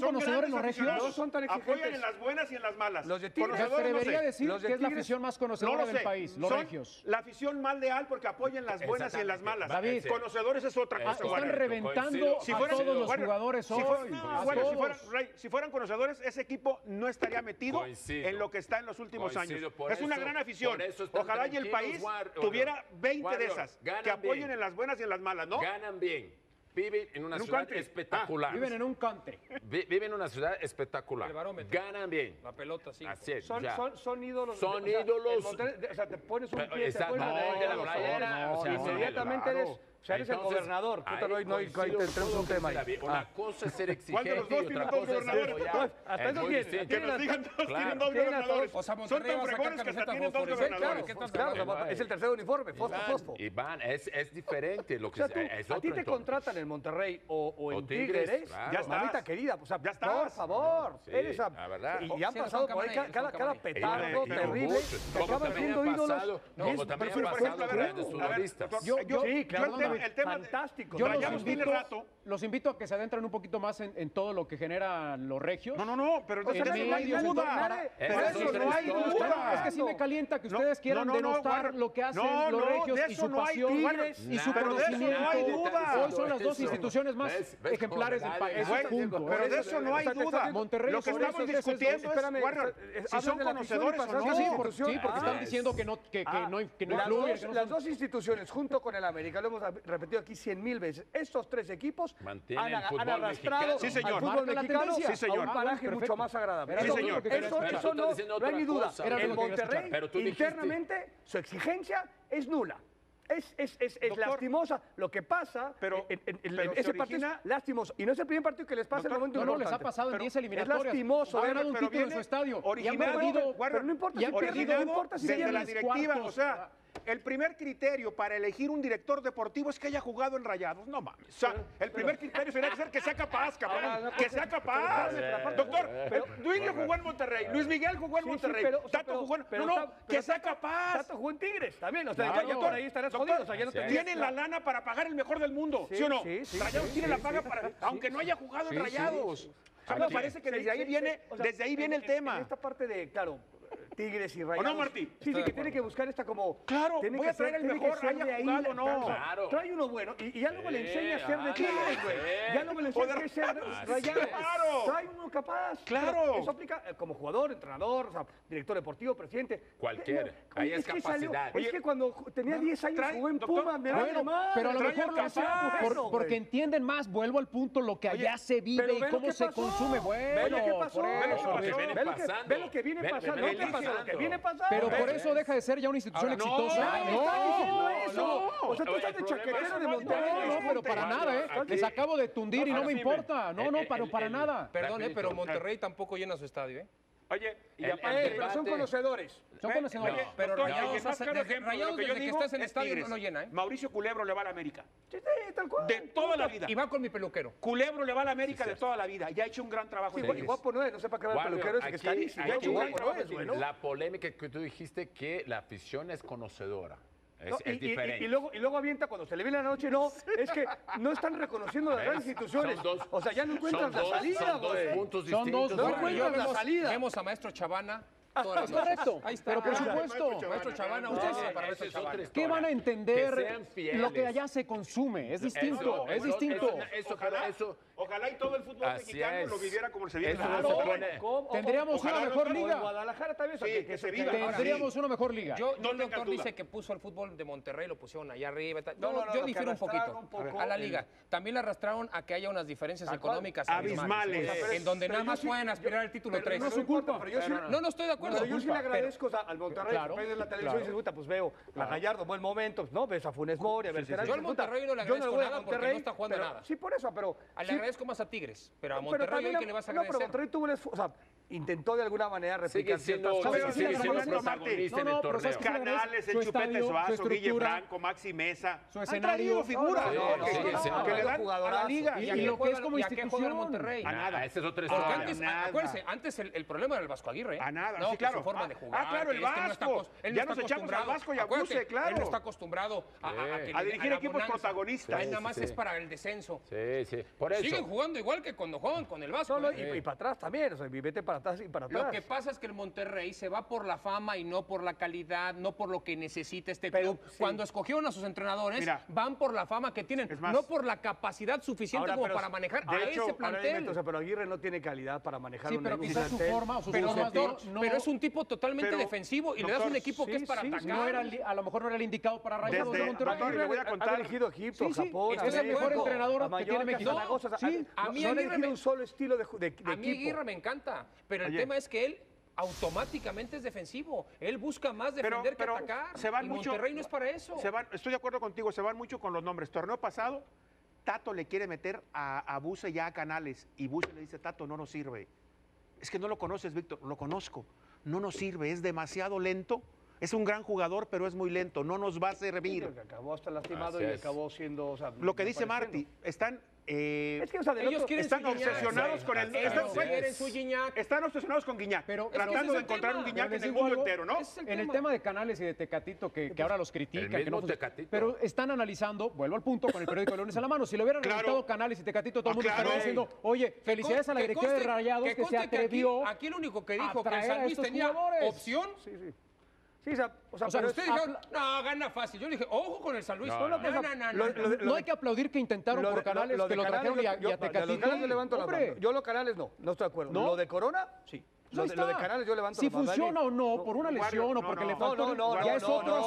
grandes
conocedores los regios.
aficionados.
No son tan
Apoyan
exigentes.
en las buenas y en las malas.
Los de Tigres.
Me
Conocedores, no
atrevería
sé.
a decir
Los de
que es la
Tigres,
afición más
No
conocedora
lo
del
sé.
país, los
Son
regios.
La afición mal leal porque apoyan las buenas y en las malas.
David.
Conocedores es otra
Ah,
Ah,
cosa.
Eso,
están
Warner.
Warrior,
reventando
coincido.
a
fueran-
todos los
Warner,
jugadores
si
hoy.
fueran- no,
A
Warner, si,
todos.
fueran, Rey, si fueran conocedores, ese equipo no estaría metido
Coincido.
en lo que está en los últimos
Coincido,
años.
por
Es una
eso-
gran afición.
por eso están
Ojalá y el
tranquilos,
país
Warrior.
tuviera 20 de
Warrior,
esas
ganan
que apoyen
bien.
en las buenas y en las malas, ¿no?
Ganan bien. Viven en una
En un
ciudad
country. Ah,
espectacular.
Viven en un country.
Vi- viven en una ciudad espectacular.
El barómetro.
Ganan bien.
La pelota, sí.
Así es.
Son,
ya.
son, son ídolos.
Son
o sea,
ídolos.
el Monterrey- de- o sea, te pones un
Pero
pie, te
está-
pones
no,
la
de la
los
playera,
ojos,
o sea,
inmediatamente
claro.
eres, o sea, eres el
Entonces,
gobernador.
ahí
Puta, hoy no, hoy- hoy
coincido
te entramos un
todo
tema
con
ahí.
David. Una
Ah.
cosa es ser
¿Cuándo los
exigente
dos
y otra
tienen dos
cosa es
gobernadores?
apoyar.
Hasta
Es
eso
muy
tienen,
Que
distinto.
nos
Tienen-
digan todos,
Claro.
tienen dos
Tienen a
gobernadores.
todos. O
sea,
Son
Monterrey
tan
va a sacar
fregones que hasta
camiseta
tienen dos
fosforescente,
Claro,
gobernadores.
¿qué
claro,
estás
claro,
hablando?
papá, es el tercer uniforme, fosfo,
Iván,
fosfo.
Iván, es, es diferente lo
O
que
sea,
se-
tú, a
es
ti
otro
te
entorno.
contratan en Monterrey o, o en
O Tigres,
Tigres,
claro.
ya
Ya
estás. mamita
estás.
querida, o sea,
Ya
por
estás.
favor,
Sí,
eres a-
la verdad.
Y, y han
Oh, Sí, no,
pasado
son
por ahí ca-
camareros,
cada, cada
son camareros.
petardo
Y no- y
terrible
muchos.
que
Como
acaban
también
siendo
ha
ídolos.
pasado- no,
Bien,
como también
pero-
ha
pero-
pasado
pero-
grandes
pero-
jugadores.
A ver,
futbolistas.
doctor,
Yo- yo-
sí, claro,
el tema-
David,
el tema de-
fantástico.
Yo
Vayamos,
los
tiene
invito,
rato.
los invito a que se adentren un poquito más en, en todo lo que generan los regios.
No, no, no, pero
En
de eso no hay
medios, en todo.
duda.
Para-
De
para
eso
eso
no hay
estoy-
Es
duda.
que sí me calienta que
No,
ustedes quieran
no, no, no,
denostar
Warner.
lo que hacen
No,
los
no,
regios
de
y
eso
su
no hay
pasión
duda.
y su
Pero de eso
conocimiento.
no hay duda.
Hoy son las dos
Eso.
instituciones más
¿Ves? ¿Ves
ejemplares del
cómo
país.
nadie-
Ese
Bueno,
punto,
pero
¿eh?
de eso no hay
Exacto, exacto.
duda.
Monterrey
Lo que
son
estamos
esos- esos-
discutiendo es,
espérame,
Warner,
eh,
si son
hablan de la afición y
conocedores o
pasando
Es que sí,
no.
porque,
no.
sí, porque
Ah,
están
es-
diciendo que no, que, que
Ah,
no, que no
las,
influye,
dos,
que no
las
son-
dos instituciones, junto con el América, lo hemos repetido aquí cien mil veces, estos tres equipos
Mantienen
han,
el
aga-
fútbol
han arrastrado
mexicano. Sí,
al
señor.
fútbol
Marca la
mexicano
tendencia.
Sí, señor.
a un
Ah,
paraje
perfecto.
mucho más agradable.
Era
Sí,
eso,
señor.
eso-
Pero
eso,
tú estás
no,
diciendo
no hay
otra
ni duda.
cosa.
Era lo
El
que quería
Monterrey,
escuchar.
Pero tú dijiste-
internamente, su exigencia es nula. Es, es, es, es
Doctor.
lastimosa lo que pasa
Pero-
en, en- en-
pero
en
se
ese partido.
origina-
es Lastimoso. Y no es el primer partido que les pasa en el
Doctor,
momento
No, no, les ha
importante.
pasado en
Pero
10
Es
eliminatorias.
lastimoso.
Ha
¿eh?
ganado un
pero
título en su
viene
estadio. Y han
originado-
perdido,
Warner, pero no importa
y
si
han
pierde,
perdido
no
originado
importa si
desde
pierde.
la directiva.
cuartos.
O sea, el primer criterio para elegir un director deportivo es que haya jugado en Rayados. No mames. O sea, el primer criterio sería que ser que sea capaz, cabrón.
Ahora, Ah, no,
Que
pero-
sea capaz.
pero- pero aparte-
Doctor,
pero-
Duilio jugó en Monterrey. Luis Miguel jugó en
Sí, sí,
Monterrey.
pero- o sea,
Tato
pero-
jugó en...
pero
No, no,
Tato- pero
que sea
Tato-
capaz.
Tato jugó en Tigres también. O sea, ya-
Claro.
ya por ahí estarás
Doctor,
jodido. O sea, ya no te-
tienen la lana para pagar el mejor del mundo, ¿sí,
Sí,
o no?
sí, sí,
Rayados
sí,
tiene
sí,
la paga para, aunque no haya jugado en Rayados. O sea, me
Aquí-
parece que
Sí,
desde ahí
sí, sí.
viene,
O sea,
desde ahí
en- este-
viene el
en-
tema.
En esta parte de, claro, Tigres y Rayados.
no, Martí?
Sí, sí, que tiene que buscar esta como...
Claro,
tiene
voy
que
a traer
ser-
el
tiene que
mejor,
ser
haya
de ahí
jugado
la
o no.
tranza.
Claro.
Trae uno bueno y, y ya luego le
Sí,
enseña a ser de
ándale,
Tigres, güey.
sí.
Ya luego
O
le enseña
de-
que es ser
Así
Rayados.
es.
Ah, Claro.
Trae uno capaz.
Claro.
Pero Eso aplica eh, como jugador, entrenador, o sea, director deportivo, presidente.
Cualquiera.
Eh,
Ahí
oye,
es
que salió-
capacidad.
Es que
Oye,
cuando ju- tenía 10 años
trae-
jugó en
doctor,
Pumas, me vale
Bueno,
madre,
pero a lo
trae
mejor
el
lo hacen
capaz,
por-
güey.
porque entienden más, vuelvo al punto, lo que allá se vive
Pero
y
ve lo
cómo
que
se
pasó.
consume.
ve
Bueno,
lo que pasó,
por
ve lo
eso.
que
Lo que
pasó,
viene
ve lo que-
pasando.
ve lo que viene
Ve- ve-
pasando,
ve
lo que
lo que
pasó, lo que
pasando.
viene pasando.
Pero por
Ahora,
eso deja de ser ya una institución
Ahora,
exitosa.
Nadie está diciendo eso. O sea, tú
Oye,
estás
el
de
problema
chaquetero
es-
de
no,
Monterrey.
No, no, pero para
Aquí-
nada, ¿eh? Les acabo de tundir y no
Ahora
me
sí,
importa.
ven.
No, no,
El-
para,
el-
para
el-
nada.
Perdón, eh,
Rapidito.
pero Monterrey tampoco llena su estadio, ¿eh?
Oye, y
El-
aparte-
el
Eh, pero son
debate-
conocedores.
Son conocedores.
Oye,
Pero
Doctor,
Rayados
y el más
hace-
claro
desde-
ejemplo de
Rayados
lo que yo
desde que
digo
estás en el
es
estadio
Tigres.
no lo llena, ¿eh?
Mauricio Culebro le va a la América.
Sí, sí, tal cual.
De toda la vida.
Y va con mi peluquero.
Culebro le va a la América de toda la vida. Ya ha hecho un gran trabajo. en
Igual-
Tigres.
Y guapo no es, no sé para qué va el
Guardia,
peluquero ese que es
aquí-
carísimo.
aquí
¿no?
hay
Guapo no es, güey, ¿no?
La polémica que tú dijiste que la afición es conocedora. Es,
No,
es
y, y-
diferente.
y luego, y luego avienta cuando se le viene la noche, no, es que no están reconociendo las
¿Ves?
grandes instituciones.
¿Eh? Son dos-
o sea, ya no encuentran
son
la
dos-
salida,
son dos
güey.
puntos
Son dos-
distintos.
No
Mario.
encuentran la
vemos,
salida.
vemos a Maestro Chavana todas las noches.
Correcto.
Ahí está.
Pero por
Maestro
supuesto.
Maestro Chavana,
No,
ustedes
esa
para Maestro
es otra
Chavana.
historia.
¿Qué van a
Que
entender
sean fieles.
lo que allá se consume? Es distinto,
Eso,
es
eso-
distinto.
eso- eso-
ojalá,
eso-
ojalá y todo el fútbol
Así
mexicano
es.
lo viviera como se vive.
Eso
en el
no se
fútbol.
pone-
Tendríamos
ojalá
una
no
mejor
esté
liga.
Guadalajara también, o sea,
Sí,
que, que se queda.
viva.
Tendríamos una mejor liga.
Yo,
No
yo el
tengas
doctor
duda.
dice que puso el fútbol de Monterrey, lo pusieron allá arriba. y tal.
No,
Yo,
no, no, lo
yo
que
difiero un poquito
arrastraron un poco
a la liga. También la arrastraron a que haya unas diferencias económicas
Abismales.
abismales,
Sí.
En donde
Pero
nada
yo
más
sí-
pueden aspirar al título 3.
No es su culpa, pero yo sí,
No, no estoy de acuerdo.
Pero yo sí le
Culpa,
agradezco o sea, al Monterrey.
Claro,
ves la televisión y dices, puta, pues veo a Gallardo, buen momento, pues, ¿no? Ves a Funes Mori, a ver,
sí. Yo al Monterrey no le agradezco nada porque no está jugando nada.
Sí, por eso, pero...
pero Le
sí,
agradezco más a Tigres, pero a
pero
Monterrey
también
hoy que le vas a
no, pero
agradecer.
Monterrey tuvo el esfu- O sea, intentó de alguna manera
Sigue
replicar
siendo,
ciertas
sigue
cosas.
siendo
sí, sí, sí,
protagonista en
no,
el
no, pero
torneo.
¿sabes qué?
Canales, el
Su
Chupete
estadio,
Suazo,
su
Guille
estructura,
Franco, Maxi Mesa.
su
Han
escenario.
traído figuras
No, no, no,
que-
sí,
que-
sí,
que
no.
le dan a la liga.
Y-
a
y
qué
lo que
juega-
es como
y a qué juega
institución.
Monterrey.
A nada.
Ese es otro
Porque
Ah,
antes,
nada.
acuérdense, antes el, el problema era el Vasco Aguirre. ¿eh?
A nada,
no,
sí,
que
claro.
su forma de
Ah,
jugar.
ah, claro,
que
el
es que no está
Vasco.
acos- él
Ya
no está
nos echamos al
acostumbrado.
Vasco y a
Acuérdate,
Buse, claro.
Él no está acostumbrado a, que
A
le-
dirigir
la
equipos
bonanza.
protagonistas.
Ahí nada más
Sí, sí.
es para el descenso.
Sí, sí. Por eso.
Siguen jugando igual que cuando juegan con el Vasco.
No, no,
¿eh?
y, y para atrás también, o sea, y vete para atrás y para atrás.
Lo que pasa es que el Monterrey se va por la fama y no por la calidad, no por lo que necesita este
Pero,
club.
sí.
Cuando escogieron a sus entrenadores,
Mira.
van por la fama que tienen,
Es más.
no por la capacidad suficiente
Ahora,
como
pero-
para manejar
de
a
hecho,
ese
ahora
Ahora dime,
plantel.
o sea, pero Aguirre no tiene calidad para manejar
Sí,
un,
pero
un
quizás su
plantel.
forma o sus
Pero,
formas
doctor,
no- no-
pero es un tipo totalmente
Pero,
defensivo y le das
doctor,
un equipo que
sí,
es para
sí, sí,
atacar.
no era el- a lo mejor no era el indicado para Rayados
Desde-
de Monterrey.
Doctor, le voy a
Ha- Ha
contar.
dirigido a Egipto,
Sí,
a
sí,
Japón,
es que es el
México,
mejor
entrenador
a
que tiene
Mallorca,
México.
a Zaragoza, o sea,
Sí.
a-
A mí
no ha
Aguirre
dirigido
me-
un solo estilo de, ju- de- de
A mí
equipo.
Aguirre me encanta, pero el
Oye.
tema es que él automáticamente es defensivo. Él busca más
Pero-
defender
pero
que atacar.
se van
y
mucho-
Monterrey no es para eso.
Se van- estoy de acuerdo contigo, se van mucho con los nombres. Torneo pasado, Tato le quiere meter a, a Buse ya a Canales y Buse le dice, Tato, no nos sirve. Es que no lo conoces, Víctor, lo conozco. No nos sirve, es demasiado lento. Es un gran jugador, pero es muy lento, no nos va a servir.
Que acabó hasta lastimado
Así
y
es.
acabó siendo. o sea,
Lo que dice
apareciendo.
Marty, están... eh,
Es que, o sea, del
Ellos
otro-
quieren
están
su Guiñac.
obsesionados con el-
Ellos
están-
quieren su Guiñac.
Están obsesionados con Guiñac,
Pero- Es que
ese es
tratando de
el
encontrar
tema.
un
Pero
Guiñac en
les
el
digo
mundo
algo,
entero, ¿no?
es el
en el
tema.
tema de Canales y de Tecatito, que, que ahora los critican.
El
que
mismo
no funciona.
Tecatito.
Pero están analizando, vuelvo al punto, con el periódico de lunes a la mano. Si lo hubieran
Claro.
analizado Canales y Tecatito, todo el
Ah,
mundo
claro.
estaría diciendo, oye, felicidades a la
Que
directiva de
conste-
Rayados que, se
conste aquí-
atrevió.
Aquí, el único que
a
dijo que el
traer a
San Luis
estos
tenía
jugadores.
opción.
Sí, sí. Sí, o sea, o sea,
O sea,
pero es-
Ustedes dijeron, no, gana fácil. Yo le dije, ojo con el San Luis. No, no, no, no, no,
Lo-
no.
lo-
no hay que aplaudir que intentaron
lo de-
por Canales,
lo de
que lo
Canales
trajeron y a,
yo-
y a
yo- de los
Tecatito.
Canales yo levanto la
Hombre.
mano. Yo los canales no, no estoy de acuerdo.
¿No?
Lo de Corona, sí. Lo
Ahí
de, lo de
está.
canales yo levanto
Si
la mano.
funciona o no, por una
Guardia,
lesión o
no,
porque
no.
le falta.
No, no, no,
ya es
no,
otro
no,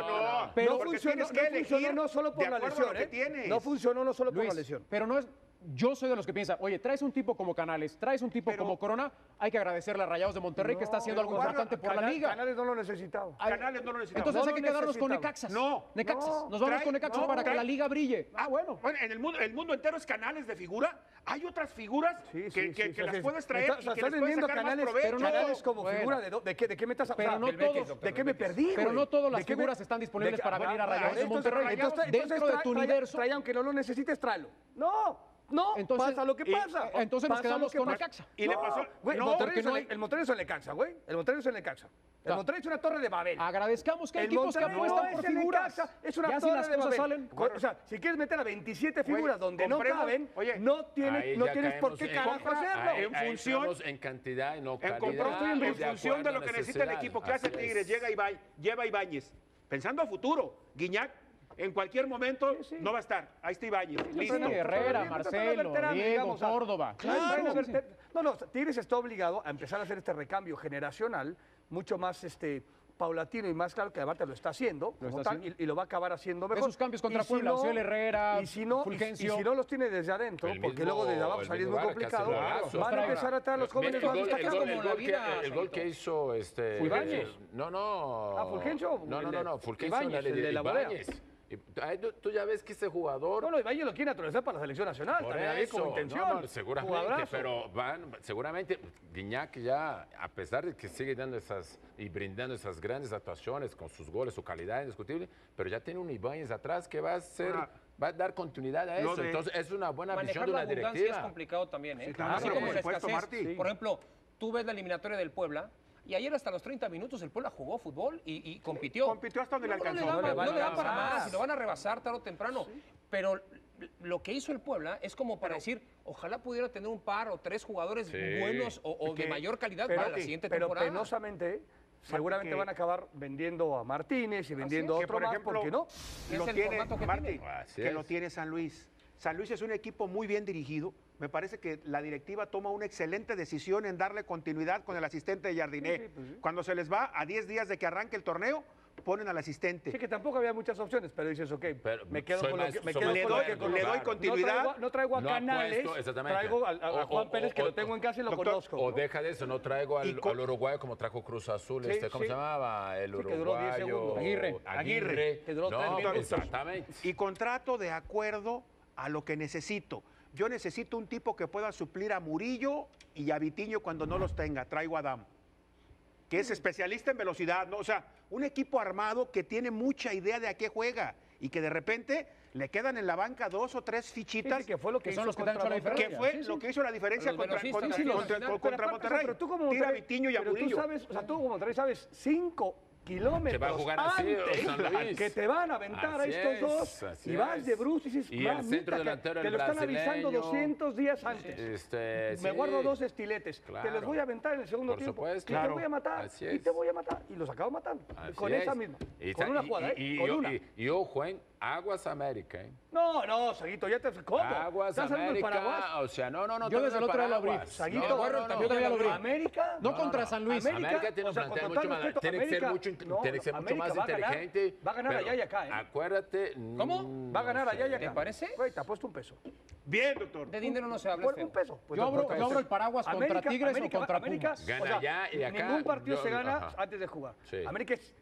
no, no.
pero
no
porque
funcionó,
tienes que
no funcionó
elegir
no solo por
de
la
acuerdo a lo
lesión,
que
¿eh?
tienes.
No funcionó no solo por
Luis,
la lesión.
pero no es. Yo soy de los que piensa, oye, traes un tipo como Canales, traes un tipo
Pero-
como Corona, hay que agradecerle a Rayados de Monterrey que está haciendo algo
Guarda,
importante por la
Canales-
liga.
Canales no lo necesitaba.
Ay,
Canales no lo necesitamos.
Entonces
No
hay que
lo
quedarnos con
necesitamos.
Necaxas.
No,
Necaxas.
no.
Nos vamos
Trae-
con Necaxas
no,
para
trae-
que la liga brille. Ah, bueno.
Bueno, en el mundo, el mundo entero es canales de figura. Hay otras figuras
Sí,
que,
sí,
que-
sí,
que
sí,
las
sí.
puedes traer
Está-
y que
estás
les puedes
vendiendo
sacar
canales,
más provecho.
pero no- canales como
Bueno.
figura de, do- de qué de qué me estás
Pero no
del Betis,
todos-
de qué me perdí,
Pero
güey?
no todas
¿De
las
qué me-
figuras están disponibles
de- Ah,
para
bueno,
venir a Rayados de
entonces,
Monterrey.
Rayados,
Entonces, dentro de
trae-
tu
trae-
universo.
Trae, aunque no lo necesites, tráelo. No, no,
Entonces-
pasa lo que
y-
pasa.
eh, entonces nos
Pasa
quedamos
lo que
con
pasa.
Necaxa.
Y le pasó-
güey,
no,
el Monterrey
porque
es
no
el-
hay-
El Monterrey es el Necaxa, güey. El Monterrey es el Necaxa. El
No.
Monterrey es una torre de Babel.
Agradezcamos que hay
El
equipos que
Monterrey no
apuestan por
es el
figuras.
Necaxa, Es una
ya si
torre
las
de
cosas
Babel.
salen.
Co- O sea, si quieres meter a 27
Güey,
figuras donde no
compremos-
caben,
oye,
no
Ahí
tienes, no
ya
tienes por
caemos
qué
en-
carajo
Compra-
hacerlo.
Ahí-
en
ahí
función-
estamos en cantidad y no
En
calidad.
comprar tú en
de
función de
acuerdo
lo
a
que necesita el
necesidad.
equipo que hace
Así
Tigres,
es.
llega Ibai, lleva a Ibáñez. Pensando a futuro, Guiñac, en cualquier momento no va a estar. Ahí está Ibáñez. listo.
Sí, Herrera,
Pero, pero, pero,
Marcelo,
pero,
Diego,
digamos, a-
Córdoba.
Bueno, a ver,
Sí,
te- No, no, Tigres está obligado a empezar a hacer este recambio generacional mucho más este paulatino y más claro que Abate lo está haciendo, como
está
tal, Y, y lo va a acabar haciendo mejor.
Esos cambios contra
Y
Puebla, Ociel Herrera,
y si no, y-
Fulgencio.
y si no los tiene desde adentro,
El
porque
mismo-
luego desde abajo
el
salir es
mismo
muy
Vargas, el
complicado,
golazo.
van a empezar a traer a los jóvenes
El
más
gol, el
destacados.
gol,
como
el
la
gol que,
vida,
el gol que hizo este.
Fulbañez.
eh, no, no.
Ah, Fulgencio,
No, no,
el
no,
de-
no. Fulgencio
Ibáñez,
el
el de la volea.
Ibáñez. Y- ahí tú- Tú ya ves que ese jugador.
No, no, Ibañez lo quiere naturalizar para la selección nacional,
Por
también ahí
eso,
como intención.
no, no, seguramente,
Jugadorazo.
pero van, seguramente Guiñac ya, a pesar de que sigue dando esas y brindando esas grandes actuaciones con sus goles, su calidad indiscutible, pero ya tiene un Ibáñez atrás que va a ser,
Ah.
va a dar continuidad a
Lo
eso.
de-
Entonces es una buena visión de
Manejar la
una
abundancia es
directiva.
complicado también, ¿eh?
claro,
Así
pero
como
por
la
supuesto,
escasez.
Martí.
Por ejemplo, tú ves la eliminatoria del Puebla, Y ayer hasta los 30 minutos el Puebla jugó fútbol y, y compitió.
Compitió hasta donde le alcanzó.
No, le
No
dan
le
pa-
van
no
a
le dan para
alcanzar.
más y lo van a rebasar tarde o temprano. Pero lo que hizo el Puebla es como para decir, ojalá pudiera tener un par o tres jugadores buenos o, o de
Que-
mayor calidad
pero-
para la
sí,
siguiente
Pero
temporada.
penosamente, seguramente
que-
van a acabar vendiendo a Martínez y vendiendo a
Que,
otro más, porque no.
Es
lo
el
tiene,
formato que
Marty,
tiene.
Así
que
es.
lo tiene San Luis. San Luis es un equipo muy bien dirigido. Me parece que la directiva toma una excelente decisión en darle continuidad con el asistente de Jardiné.
pues
Cuando se les va a 10 días de que arranque el torneo, ponen al asistente.
Sí, que tampoco había muchas opciones, pero dices, ok,
Pero
me quedo
soy
con
más-
lo que, me
soy
quedo
más
con lo
fuerte,
que
claro.
le doy
No
continuidad.
No traigo, a- no traigo a
No
Canales,
apuesto, exactamente.
traigo a, a- a
O-
Juan
o-
Pérez, que
o-
lo tengo en casa y lo
Doctor,
conozco.
O
¿no?
deja de eso, no traigo al,
Y co-
al uruguayo como trajo Cruz Azul,
Sí,
este, ¿cómo
sí.
se llamaba? El
Sí, que duró 10
uruguayo.
segundos.
Aguirre.
Aguirre.
Que duró
No,
tres minutos.
exactamente.
y contrato de acuerdo a lo que necesito. Yo necesito un tipo que pueda suplir a Murillo y a Vitiño cuando no los tenga. Traigo a Adam, que es especialista en velocidad, ¿no? O sea, un equipo armado que tiene mucha idea de a qué juega y que de repente le quedan en la banca dos o tres
Sí,
fichitas
sí, que fue lo que,
que son
hizo
los que te han
contra
hecho la
Monterrey.
que
diferencia.
fue
Sí, sí.
lo que hizo la diferencia
Los
contra,
velocistas,
contra-
sí, los-
contra-
pero
contra
aparte, o sea,
Monterrey.
Pero tú como
Tira a
Monterrey,
Vitiño y a
pero tú
Murillo.
sabes, o sea, tú como Monterrey sabes 5 kilómetros
Que va a jugar así,
antes
o San Luis.
que te van a aventar
Así
a estos
es,
dos
así
y vas
es.
de bruces y dices,
Y el
"Mamita,
centro
que-
delantero,
te
el
lo están avisando
brasileño.
200 días antes.
Este,
Me
sí.
guardo dos estiletes, te los
Claro.
voy a aventar en el segundo
Por
tiempo
supuesto.
y te
Claro.
voy a matar
Así
y
es.
te voy a matar y los acabo matando
Así
con
es.
esa misma,
Y
con
ta-
una
y-
jugada,
y-
¿eh?
y-
con
y-
una.
y- Y ojo, ¿eh? Aguas América, ¿eh?
No, no, Saguito, ya te ¿cómo?
Aguas
¿Estás hablando del Paraguay?
América. O sea, no, no, no.
Yo
te
desde el otro lado lo abrí.
paraguas.
Saguito,
No, no, no,
Yo
no.
también lo abrí.
América.
No, contra San Luis.
América, tiene
o
un
sea,
plantel
con
mucho
todo
más.
respeto,
Tiene que ser
América-
mucho, in-
no,
tiene que ser mucho
América
más
va a ganar-
inteligente.
va a ganar
pero
allá y acá, ¿eh?
Acuérdate.
¿Cómo?
Va a ganar
no
allá y
sé.
acá.
¿Te parece?
Güey, te apuesto un peso.
Bien, doctor.
De dinero no se habla.
Por
Esteban.
un peso. Pues
Yo
te
abro-
apuesto
yo
un
abro el
peso.
paraguas contra Tigres o contra Pumas.
Gana allá y acá,
Ningún partido
yo-
se gana
ajá.
antes de jugar.
Sí.
América es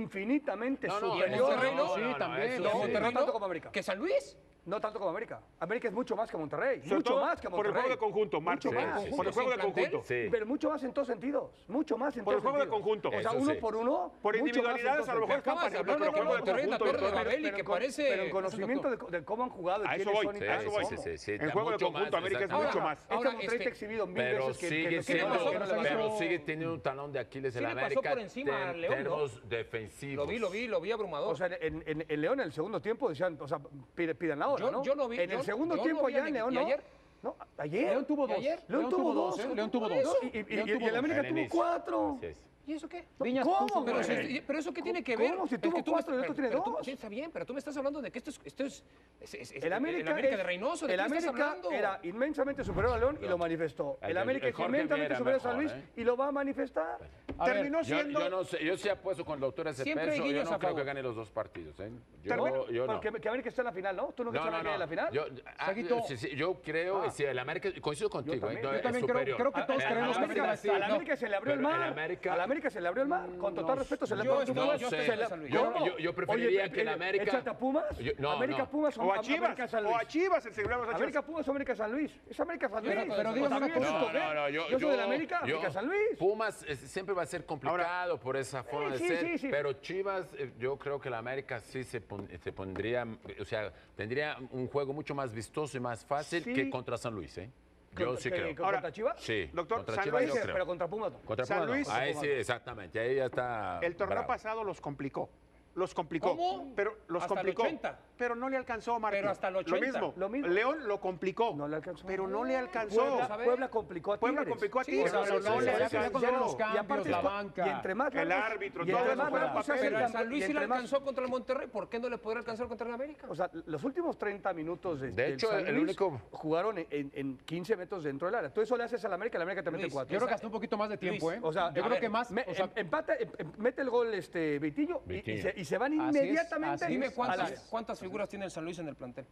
infinitamente
No, no,
superior.
en Monterrey no.
No, no,
Sí,
no,
también.
eso
no,
¿Y a
sí.
Monterrey.
Monterrey
No tanto
no?
como América.
¿Que San Luis?
No tanto como América. América es mucho más que Monterrey.
Sobre
mucho
todo
más que
Por el
Monterrey.
juego de conjunto, Marco.
Mucho más.
sí,
Por el
sí.
juego de
¿Sin
conjunto.
plantel?
Sí.
Pero mucho más en todos sentidos. Mucho más en
Por el
todos
juego de
sentidos.
conjunto.
O sea,
Eso
uno
sí.
por uno.
Por
mucho más en
individualidades
todos
a lo mejor
sentidos.
están
Acabas
parejos,
de hablar de
pero juego de
Monterrey en la
conjunto.
pérdida de
doctor.
Babel y que parece...
Pero en conocimiento de, de cómo han jugado,
A
quiénes
eso voy,
son y
a
quiénes
eso voy.
somos.
El juego de conjunto, América es
exactamente.
mucho más.
Este
Ahora,
Monterrey
este,
te ha exhibido mil
Pero
veces que,
sigue
que- que
siendo,
no, que no le va a ganar.
pero sigue teniendo un talón de Aquiles
Sí
en
le pasó
América.
por encima
en
al León, ¿no?
términos defensivos.
Lo vi, lo vi, lo vi abrumador.
O sea, en, en- en León, en el segundo tiempo, decían, o sea, pide- pidan la hora,
Yo-
¿no?
yo lo vi,
En
yo-
el segundo
yo lo
tiempo
vi
ya
en
en
el-
León,
¿y
¿no?
ayer?
No, ayer.
León tuvo
¿Y
dos.
ayer?
León tuvo dos.
¿eh? León tuvo dos.
Y, y-
León
y- y
tuvo
el
dos.
América
En
tuvo
inicio.
cuatro.
Así es.
¿Y eso qué?
Viñas
¿Cómo,
puso-
Pero,
güey?
si- si- pero eso qué tiene que ver.
¿Cómo? Si
Es
tuvo
que tú me-
cuatro y el otro tiene
pero tú-
dos.
sí, está bien, pero tú me estás hablando de que esto es. Esto es, es- es- es-
El América, es-
de Reynoso. ¿de
el
qué me estás
América
hablando?
era inmensamente superior a León y lo manifestó.
El-
El América
el
es
Jorge
inmensamente
Viera
superior a San
mejor,
Luis
¿eh?
y lo va a manifestar.
ver,
Terminó
Yo,
siendo.
yo no sé, yo sí apuesto con el doctor ese
Siempre hay
peso. Yo
guiños
no
a
creo que
favor.
gane los dos partidos. ¿eh? Yo,
Termino-
yo no.
porque que América está en la final, ¿no? ¿Tú no crees que
No, no,
América en la
no.
final?
Yo, ah,
Saguito.
sí, sí, yo creo, sí, el América, coincido contigo.
también.
¿eh?
Yo
Es
también creo-
superior.
creo que todos
Ah,
A
creemos
ah,
la
que
ah,
América,
América-
a la
no.
América se le abrió el
Pero el
mar.
América-
a la América se le abrió el mar. Con total respeto, se le
Yo
abrió
estoy-
Pumas.
yo
se
sé.
le-
San Luis.
Yo-
¿Cómo?
yo- yo preferiría
Oye,
que el
eh,
América-
¿Échate a Pumas?
Yo- no,
América
no.
Pumas
O a
América
Chivas.
San Luis.
O a Chivas el segundo a Chivas.
América Pumas o América San Luis. Es América San
Yo
Luis.
no, pero
O
dígame
sea,
una
yo
cosa.
soy
No, no, no, yo,
¿eh? yo soy de la
yo-
América,
yo-
América San Luis.
Pumas eh, siempre va a ser complicado por esa forma
sí,
de ser,
sí, sí.
pero Chivas, eh, yo creo que la América sí se, pon- se pondría, o sea, tendría un juego mucho más vistoso y más fácil
Sí.
que contra San Luis, ¿eh? Yo
Contra-
sí
que-
creo.
que-
Ahora,
¿Contra Chivas?
Sí,
Doctor,
contra
San
Chivas
Luis-
yo creo.
Pero contra Pumas no.
Contra
San
Pumas no.
Luis-
Ahí sí, exactamente, ahí ya está
El torneo
bravo.
pasado los complicó. Los complicó.
¿Cómo?
Pero los
Hasta el
complicó.
80.
Pero no le alcanzó, Martín.
Pero hasta el 80.
Lo mismo.
Lo mismo.
León lo complicó.
No le alcanzó.
Pero no le alcanzó.
Puebla,
¿sabes?
Puebla complicó a Tigres.
Puebla complicó a
Sí,
ti.
o sea,
pero
sí,
no
sí,
le
sí, sí,
alcanzó.
cuando los
Y aparte,
cambios, la
esto-
banca.
Y entre más
El
largo-
árbitro,
y entre
todo eso
más
fue
largo
un
se hace
papel.
Pero a
el
San
campo-
Luis
y
sí le
entre más- Pues,
alcanzó contra el Monterrey. ¿Por qué no le podrá alcanzar contra el América?
O sea, los últimos 30 minutos de,
De
del
hecho,
San
el
Luis
único-
jugaron en, en- en 15 metros dentro del área. Tú eso le haces al América, el América te mete
Luis,
cuatro.
Yo creo que hasta un poquito más de tiempo,
Luis,
¿eh?
O sea,
yo
a
creo
ver,
que más.
me-
o sea,
em- empata, em- em- mete el gol este Vitillo, y- Y,
Vitinho.
se, y se van
Así es,
inmediatamente.
así
Dime
es,
a
cuántas,
las
cuántas figuras tiene el San Luis en el plantel.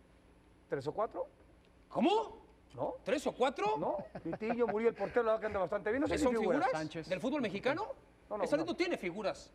tres o cuatro,
¿Cómo?
¿no?
¿Tres o cuatro?
No, Vitillo, Murillo, el portero, la verdad que anda bastante bien. No sé
¿Que
si
son
figuras.
figuras
Sánchez.
del fútbol mexicano?
No, no,
el San Luis
no.
no tiene figuras.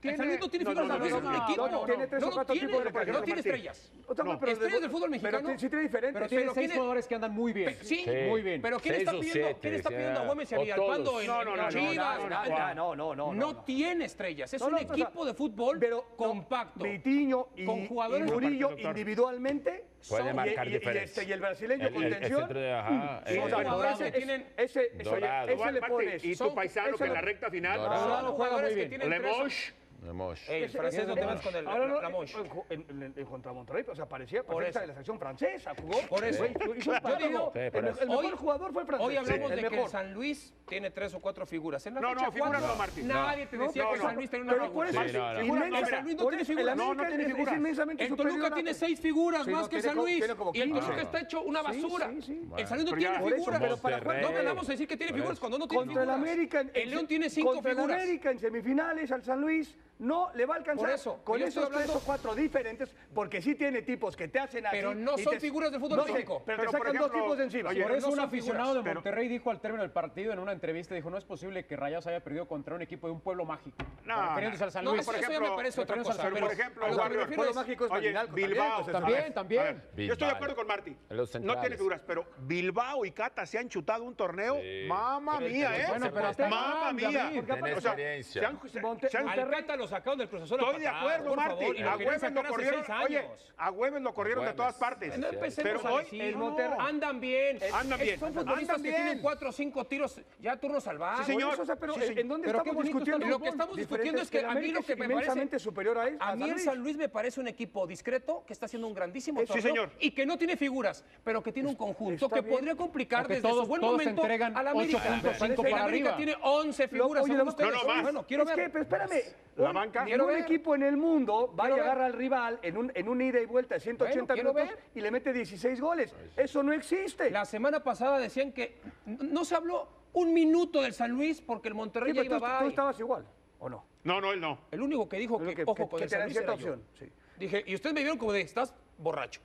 Tiene-
El San Luis no tiene
no,
figuras
no,
al
no,
razón
no,
del
no,
equipo.
no, tiene tres o
lo
cuatro
tiene,
tipos de
porque
repartidores,
no tiene
Martín.
estrellas.
O sea,
No.
pero
Estrellas
de-
del fútbol mexicano.
Pero sí, sí tiene diferentes.
pero tiene
pero
seis
¿quién es?
jugadores que andan muy bien.
Sí,
Sí.
muy bien.
Pero ¿quién
Seis
está
o
pidiendo,
siete,
quién está
sí,
pidiendo a
ah,
Gómez y a
o
Villalpando
todos.
en,
No,
en
no, no, no,
Chivas?
no,
no,
Ah,
no, no, no, no, no.
tiene estrellas. Es
No,
un
no, o sea,
equipo de fútbol
pero, no,
compacto.
Vitinho y,
con jugadores
y Murillo
Aparte, doctor.
individualmente
Puede
son- y-
marcar
y- y
diferencia.
este, y el brasileño
El- el- el
contención,
centro de- ajá,
Sí,
eh,
o sea,
el
no,
dorado.
ese- ese-
Tienen-
ese- ese- oye,
Dorado.
ese le
Aparte,
pones.
y tu
son-
paisano que
ese
en
lo-
la recta final.
Dorado.
Son
Dorado juega
jugadores
muy
que
bien.
tienen
Le
tres-
Mosh,
Lemos.
Ey, el
Ese-
francés
ese-
no te vas con el
Ahora no,
la Monche.
En, en- en- en contra Monterrey, o sea, parecía
Por
perfecta
eso.
de la selección francesa, jugó.
Por eso.
güey, hizo un
Yo
partido,
digo,
el,
Sí, por
me-
eso.
el mejor jugador fue el francés.
Hoy hablamos
el
de que el
mejor.
San Luis tiene tres o cuatro figuras. En la
No,
fecha
no, figuras
cuatro,
no, Martín.
Nadie te
No,
decía
no,
que
no.
San Luis tenía una
Pero
figura.
por eso,
Sí, no, no.
inmensa-
Figuras no, mira.
San Luis no
Por
tiene
eso, el
figuras.
América
No, no
tiene
tiene-
figuras.
Es inmensamente
El
superior
Toluca
a-
tiene seis figuras
Sí,
más
no,
que
tiene
San
como-
Luis.
tiene como
Y el
15.
Toluca está hecho una
Sí,
basura.
sí, sí.
El San Luis no
Pero ya
tiene
por eso,
figuras.
pero para jugar-
No ganamos a decir que tiene
Por
figuras
eso.
cuando no tiene
Contra
figuras.
el América. en-
El León tiene cinco
contra
figuras.
el América en semifinales al San Luis. No le va a alcanzar
Por eso,
con
yo estoy
esos tres
hablando-
o cuatro diferentes, porque sí tiene tipos que te hacen así.
Pero no
y
son
te-
figuras del fútbol
no sé,
mexicano.
Pero,
Pero,
te
por
sacan dos
ejemplo,
tipos de encima.
oye,
Por
Pero
eso
no
un
son
aficionado
figuras,
de
pero-
Monterrey dijo al término del partido en una entrevista, dijo, no es posible que Rayados haya perdido contra un equipo de un pueblo mágico.
No,
refiriéndose
no.
al San
No,
Luis.
eso,
por
eso ya
ejemplo,
me parece otra
pero
cosa.
por
pero
ejemplo,
a lo que me
Warrior,
refiero
Pueblo
es-
mágico es
Oye,
Marinalco
pues,
Bilbao. pues,
también,
También,
A ver,
también.
a ver, Yo estoy de
Bilbao.
acuerdo con Martín.
Los
No tiene
centrales.
figuras, pero Bilbao y Cata se han chutado un torneo.
Sí.
Mamma
Pero el
mía,
Toluca
¿eh?
se Bueno, pero
puede.
Mamma
está
mía.
David.
Porque aparte,
Tiene
o sea,
experiencia.
se han- se-
Monte-
se han-
Al Tata lo sacaron del Cruz Azul. a
Estoy de
patadas,
acuerdo,
por favor, y
Martín.
lo
A
querían
Güemes
sacar
lo
hace
corrieron.
seis años.
Oye, a Güemes lo corrieron de
Güemes.
todas partes.
No empecemos
Pero
a
hoy
decir,
el
no.
Monterrey.
andan bien.
Andan
Eh,
bien,
Son futbolistas
andan
que tienen
bien.
cuatro o cinco tiros ya turno salvado.
Sí, señor.
Por eso, o sea, pero
Sí,
¿en-
señor.
¿en dónde
Pero qué
estamos
bonito
discutiendo?
está
Lo que estamos discutiendo es que
el
a mí
América
lo que
es
me
inmensamente
parece-
superior a él.
A mí el San Luis me parece un equipo discreto que está haciendo un grandísimo
Eh, sí,
torneo
señor.
y que no tiene figuras, pero que tiene un conjunto
está
que
bien.
podría complicar
Porque
desde
todos-
su buen
todos
momento
entregan
al América.
8.5
el
para
América
arriba.
tiene 11
Lo-
figuras.
oye,
según
lo-
ustedes.
no, no, más.
Bueno, quiero
es
ver.
que, pero espérame,
La
hoy
banca.
ningún
Quiero ver.
equipo en el mundo va a
Quiero
llegar
ver.
al rival en un, en un ida y vuelta de 180
Bueno, quiero
minutos
ver.
y le mete 16 goles. Eso no existe.
La semana pasada decían que n- no se habló un minuto del San Luis porque el Monterrey
Sí,
ya
pero
iba
tú, tú
bye.
estabas igual, ¿o no?
No, no, él no.
El único que dijo
Creo
que,
que-
ojo
que-
con
que te
el San
dan
Luis
cierta
era yo.
opción, sí.
Dije, y ustedes me vieron como de, estás borracho.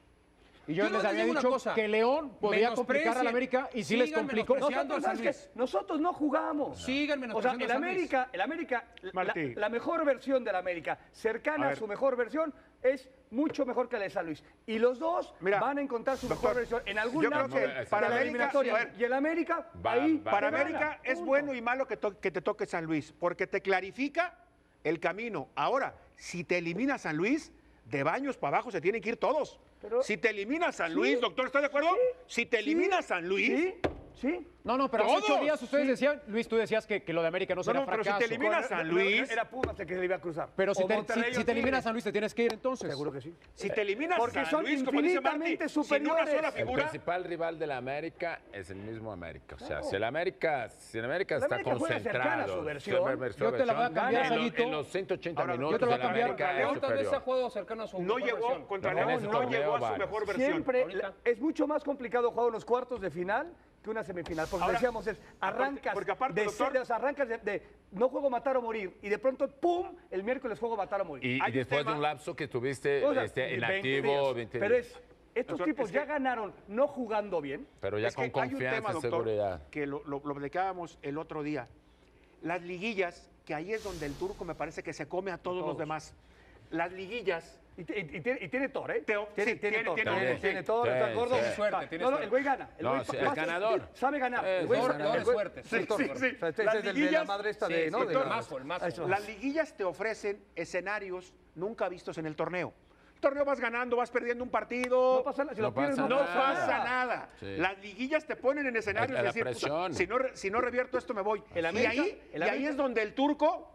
Y yo,
Yo
les
les
había
digo una
dicho
cosa,
que León podía complicar al
menosprecien,
América y sí les
sigan
complicó.
menospreciando
Nosotros,
al San
¿sabes qué?
Luis.
Nosotros no jugamos.
Sigan
O sea,
menospreciando
el
al San Luis.
América, el América, la,
Martí.
la mejor versión del América, cercana
A
a,
ver.
su mejor versión, es mucho mejor que la de San Luis. Y los dos
Mira,
van a encontrar su
doctor,
mejor versión en algún
yo
lado
creo que
de
para
la
América,
eliminatoria.
a ver.
y el América,
Va,
ahí.
va,
te
Para
Pero
gana.
América es
Punto.
bueno y malo que, to- que te toque San Luis, porque te clarifica el camino. Ahora, si te elimina San Luis, de baños para abajo se tienen que ir todos.
Pero-
si te elimina San Luis, doctor, ¿estás de acuerdo? si te elimina San Luis,
Sí, sí.
No, no, pero hace ocho
Todos.
días ustedes decían, Luis, tú decías que, que lo de América no será
no, pero si te
fracaso.
elimina- Mira, San Luis.
Era Pumas el que le iba a cruzar.
Pero si
O
te, si-
Monterrey
si
o
te
Tigres.
eliminas San Luis, te tienes que ir entonces.
Seguro que sí.
si te elimina
Porque
San
son
Luis, como dice Martí,
infinitamente
sin una sola
superiores.
El
figura,
principal rival de la América es el mismo América. O sea, si el América, si el América
La
está
América juega cercana a
concentrado,
su versión.
su ver- su
Yo te la voy a
versión,
cambiar,
en, lo-
Saguito.
en los 180
Ahora, yo
minutos
te la voy
de
a
la
cambiar.
América es
León tal vez ha
superior.
jugado cercano a su
no
mejor
llegó
versión.
contra
No, en
León,
ese
no
torneo
llegó a su
varios.
mejor versión.
Siempre
Ahorita.
la- es mucho más complicado jugar unos cuartos de final que una semifinal. Porque
Ahora,
decíamos, es, arrancas,
porque aparte,
de,
doctor-
ceros, arrancas de, de no juego matar o morir. Y de pronto, ¡pum! El miércoles juego matar o morir.
Y, y
Hay un
después
tema-
de un lapso que tuviste
O sea,
este,
20
inactivo,
días.
20
Pero
días.
es, estos
Doctor,
tipos
es que-
ya ganaron no jugando bien.
Pero ya
Es que
con confianza
hay
y
un tema, doctor,
seguridad.
que lo, lo, lo platicábamos el otro día. Las liguillas, que ahí es donde el turco me parece que se come a todos, los demás. Las liguillas,
Y, te- y- y tiene, y tiene Thor, ¿eh?
Teo-
tiene,
sí,
tiene,
tiene-
Thor,
tiene-
tiene-
sí.
tiene Thor,
Sí,
está gordo.
sí.
Está-
Suerte, tiene
no, no,
suerte.
el güey gana. El
No,
güey
sí,
pa-
es
pasa-
ganador.
Sabe ganar.
Es
el güey
Thor,
gana,
Thor
el
es
güey-
suerte,
Sí,
sí,
Thor,
sí,
Thor.
sí.
O sea, este
Las
es el de la
liguillas-
madre esta
Sí,
de,
sí,
¿no? De
Thor,
la-
mazo, el mazo.
Eso.
las liguillas te ofrecen escenarios nunca vistos en el torneo. El torneo vas ganando, vas perdiendo un partido.
No pasa nada, si
No
lo pierdes,
pasa
No
nada.
pasa nada.
Sí.
Las liguillas te ponen en escenarios
A- a
y
la
decir, puta,
presión.
si, no, re- si no revierto esto me voy.
El
y
América-
ahí,
el
y ahí
América-
es donde el turco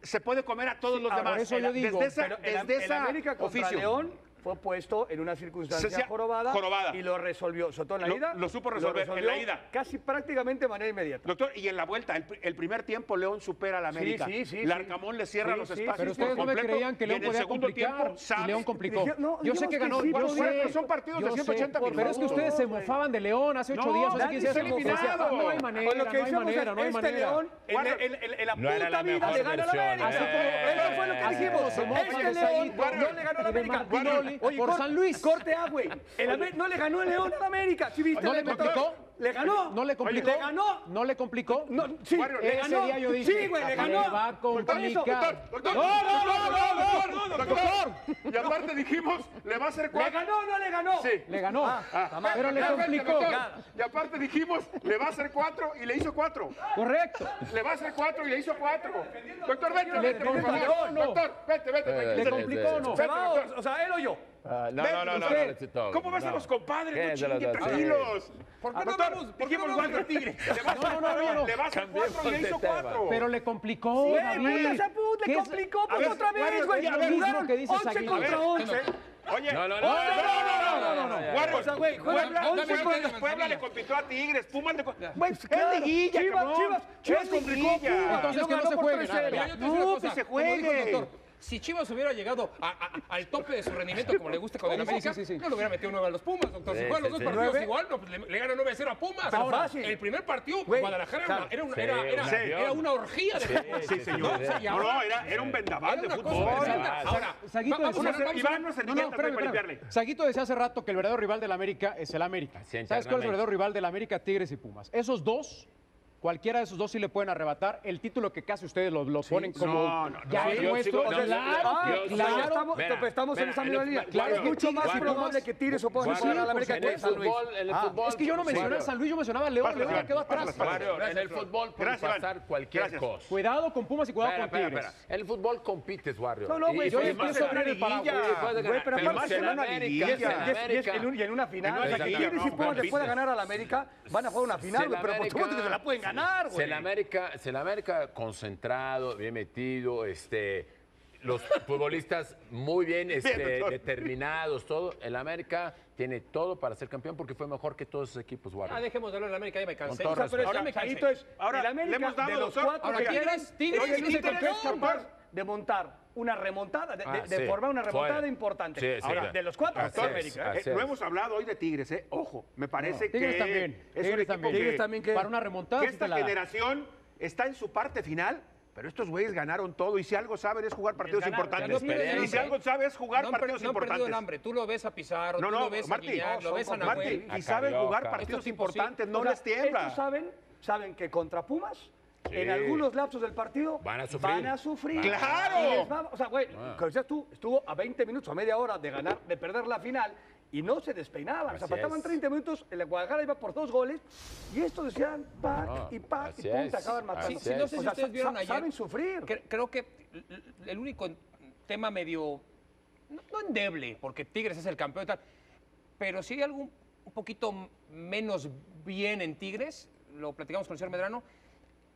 se puede comer a todos los
Ahora,
demás.
por eso
El-
yo
digo,
desde esa,
Pero el,
desde
el
esa
América contra
oficio.
León fue puesto en una circunstancia
Se- se-
jorobada,
jorobada.
y lo resolvió. Sobre todo en la
Lo-
ida.
lo supo resolver, en la
resolvió
ida.
Casi prácticamente de manera inmediata.
Doctor, y en la vuelta, el, pr- el primer tiempo León supera a la
Sí,
América.
sí, sí,
Larcamón
sí.
le cierra
Sí,
los
sí,
espacios.
Pero
sí,
ustedes
por
no me
completo,
creían que
y
León
en el
podía
segundo
complicar
tiempo,
y
¿sabes?
León complicó.
Dije- no,
yo
dijimos
sé que
que
ganó.
sí,
yo
pero
sé,
bueno,
son partidos de
yo sé,
180
Pero es que
minutos,
ustedes se
güey.
mofaban de León hace ocho
No,
días. hace
nadie
15
se
días, como
eliminaba.
decían, No hay manera,
Con lo que
no hay
hicimos
manera,
en
no hay
este
manera.
León, en,
Guarda,
en- en- en la
no era
puta
la
vida
mejor
le ganó a la
versión,
América.
¿eh?
Eso fue lo que
Así como
dijimos.
se mofa
Este
de
León
Saíd,
no le ganó a la
y de
América.
Martinoli
Oye,
por
corte-
San Luis.
Corte A, güey. El Amé- No le ganó el León a la América. ¿Sí viste?
¿No le
metió-
complicó?
Le ganó.
No le complicó.
Le ganó.
No le complicó.
No, sí,
Warrior,
le
Ese
ganó.
día yo dije,
sí, güey, le
"Le
ganó.
va a complicar".
Por eso,
Doctor, no, no, no, no, doctor. Y aparte dijimos, le va a hacer
¿Le
cuatro.
ganó o no le ganó?
Sí. Ah,
Le ganó. Ah, pero le
Ya, vete,
complicó.
doctor. Y aparte dijimos, le va a hacer cuatro y le hizo cuatro.
Correcto.
Le va a hacer cuatro y le hizo cuatro. Doctor, vete,
Le
vete, por
complicó,
favor.
no.
Doctor, vete, vete. tranquilízate.
Eh,
Le complicó, ¿no?
¿Se va o, o sea, él o yo?
Ah, no,
Ven,
no, no, no,
usted,
no, no, no,
¿Cómo vas a
no.
los compadres? No
¿Qué?
chinguen,
Sí.
tranquilos.
¿Por qué no
Doctor,
vamos- por qué
dijimos
no vamos
cuatro
al Tigre?
Le vas a cuatro, le vas a
Cambiemos
cuatro, le
de
hizo
tema.
cuatro.
Pero le complicó,
Güey,
David.
puta, se puta,
¿Qué
le
es-
complicó,
A
pues
ver,
otra vez,
Mario,
güey.
es lo mismo
Jugaron
que dices,
11
Aguilar.
contra
A ver,
11.
Oye,
No, no, no,
¡Oh,
no,
no, no, no,
no, no,
no.
no.
Guarda,
O sea, güey,
Puebla,
juegan
Puebla,
11
Puebla,
contra
Puebla le
Manzanillo.
compitió a Tigres, Pumas le compitió.
Güey, pues, claro, Chivas, Chivas, Chivas complicó a Pumas.
Entonces,
Lo
que no
ganó
se
por
juegue,
3-0.
nada,
Mira, yo te voy a decir una
No, que
cosa,
se
como dijo el
juegue.
doctor, si Chivas hubiera llegado a- a- al tope de su rendimiento como le gusta con el
Sí, sí,
América,
sí, sí, sí.
no le hubiera metido nueve a los Pumas, doctor.
Sí,
si juegan los
sí,
dos
sí.
partidos
Nueve.
igual, no, pues, le, le gana 9 a 0 a Pumas.
Pero
Ahora,
fácil.
el primer partido,
Güey,
Guadalajara era una- era una,
Sí,
era, era-
un
era
avión.
una orgía de fútbol.
Sí, señor.
No, y
No,
ahora-
no, era, era un vendaval
Era
de
una cosa
fútbol.
tremenda.
Vendaval.
Ahora,
Saguito,
vamos a
decía-
hablar- vamos a
Iván
hablar-
no se
No, no,
limita,
espérame,
para
espérame.
limpiarle.
Saguito decía hace rato que el verdadero rival del América es el América.
Así
¿Sabes cuál
es,
es el
internamente.
verdadero rival del América? Tigres y Pumas. Esos dos, cualquiera de esos dos sí le pueden arrebatar el título que casi ustedes lo, lo ponen como
No, no,
ya
no,
es
yo
nuestro.
sigo- no, yo-
claro,
yo-
Ah,
claro.
yo-
claro, estamos,
Mira,
pues, estamos en
mira,
esa misma
en el-
línea.
claro,
es mucho
Chivas,
más
Chivas,
probable que Tigres o Pumas
Guarda,
jueguen a la América
pues en
que
el
a San Luis. Ah,
fútbol, en el fútbol, pues,
Es que yo no mencioné a San Luis, yo mencionaba a León.
Pásale,
León ya quedó
Iván,
atrás.
pásale,
Mario,
Gracias,
en el fútbol puede
Gracias, Iván.
pasar cualquier
Gracias.
cosa.
Cuidado con Pumas y cuidado
Espera,
con
espera,
Tigres.
espera. En el fútbol compites, Wario.
No, no, güey,
Yo
yo
le
empiezo
empiezo
a
a abrir el paraguas.
Güey, pero
Pero
aparte
en
en una
América,
Y es-
en
y es- y es-
América.
en un- y en una final,
En
o
una
sea, que
final,
Tigres y
no,
Pumas le
perdiste.
puede ganar a la América, van a jugar una final,
Si
güey,
el
pero por
América-
supuesto que se la pueden ganar,
Si
güey.
el América, si el América concentrado, bien metido, este, los futbolistas muy bien, este,
doctor.
determinados, todo. El América tiene todo para ser campeón porque fue mejor que todos esos equipos,
Ah,
Wario.
dejemos de hablar de la América, ya me
Con
cansé.
todo
O sea,
respeto.
pero ya
Ahora,
me cansé.
Saguito es,
Ahora,
el América
le hemos dado,
de los
doctor,
cuatro
ahora
que
Tigres-
ganan,
Tigres
hoy
es
el Tigres
campeón.
es capaz de montar una remontada, de, de-
Ah,
de
sí.
formar una remontada
Fuera.
importante.
Sí, sí,
ahora,
ya.
de los cuatro,
Así
doctor
es,
América. ¿eh?
así
Eh, no
es.
hemos hablado hoy de Tigres, ¿eh? Ojo, me parece que.
Tigres
Es un
también, Tigres
equipo
también.
que-
Tigres también que-
Para una remontada
que
sí
esta
te la da.
generación está en su parte final, pero estos güeyes ganaron todo. Y si algo saben es jugar partidos
Ganar,
importantes.
ya no pierden el
Y si
hambre.
algo saben es jugar
No han per-
partidos
no han perdido el
importantes.
hambre. Tú lo ves a Pizarro,
No,
tú
no,
lo ves
Martín,
a Guiñac,
no,
lo
son
ves a
Martín,
Nahuel.
y saben
Carioca.
jugar
Estos
partidos
tipos sí.
importantes, no
O sea,
les tiembla.
Ellos saben, saben que contra Pumas, en algunos lapsos del partido,
Van a Ah. sufrir.
Van a sufrir.
¡Claro!
Y les va- o sea, güey, como decías tú, estuvo a 20 minutos, a media hora de ganar, de perder la final. Y no se despeinaban, o sea,
Así
faltaban
es.
30 minutos, el Guadalajara iba por dos goles, y estos decían, pac,
No,
y pac, y
así
pum,
es,
te acaban matando.
así
Sí, no sé
Ah, O
si
sea,
ustedes
sa-
vieron
sa-
ayer.
Saben sufrir.
Cre- creo que l- l- el único tema medio, no, no endeble, porque Tigres es el campeón y tal, pero sí hay algo un- un poquito m- menos bien en Tigres, lo platicamos con el señor Medrano,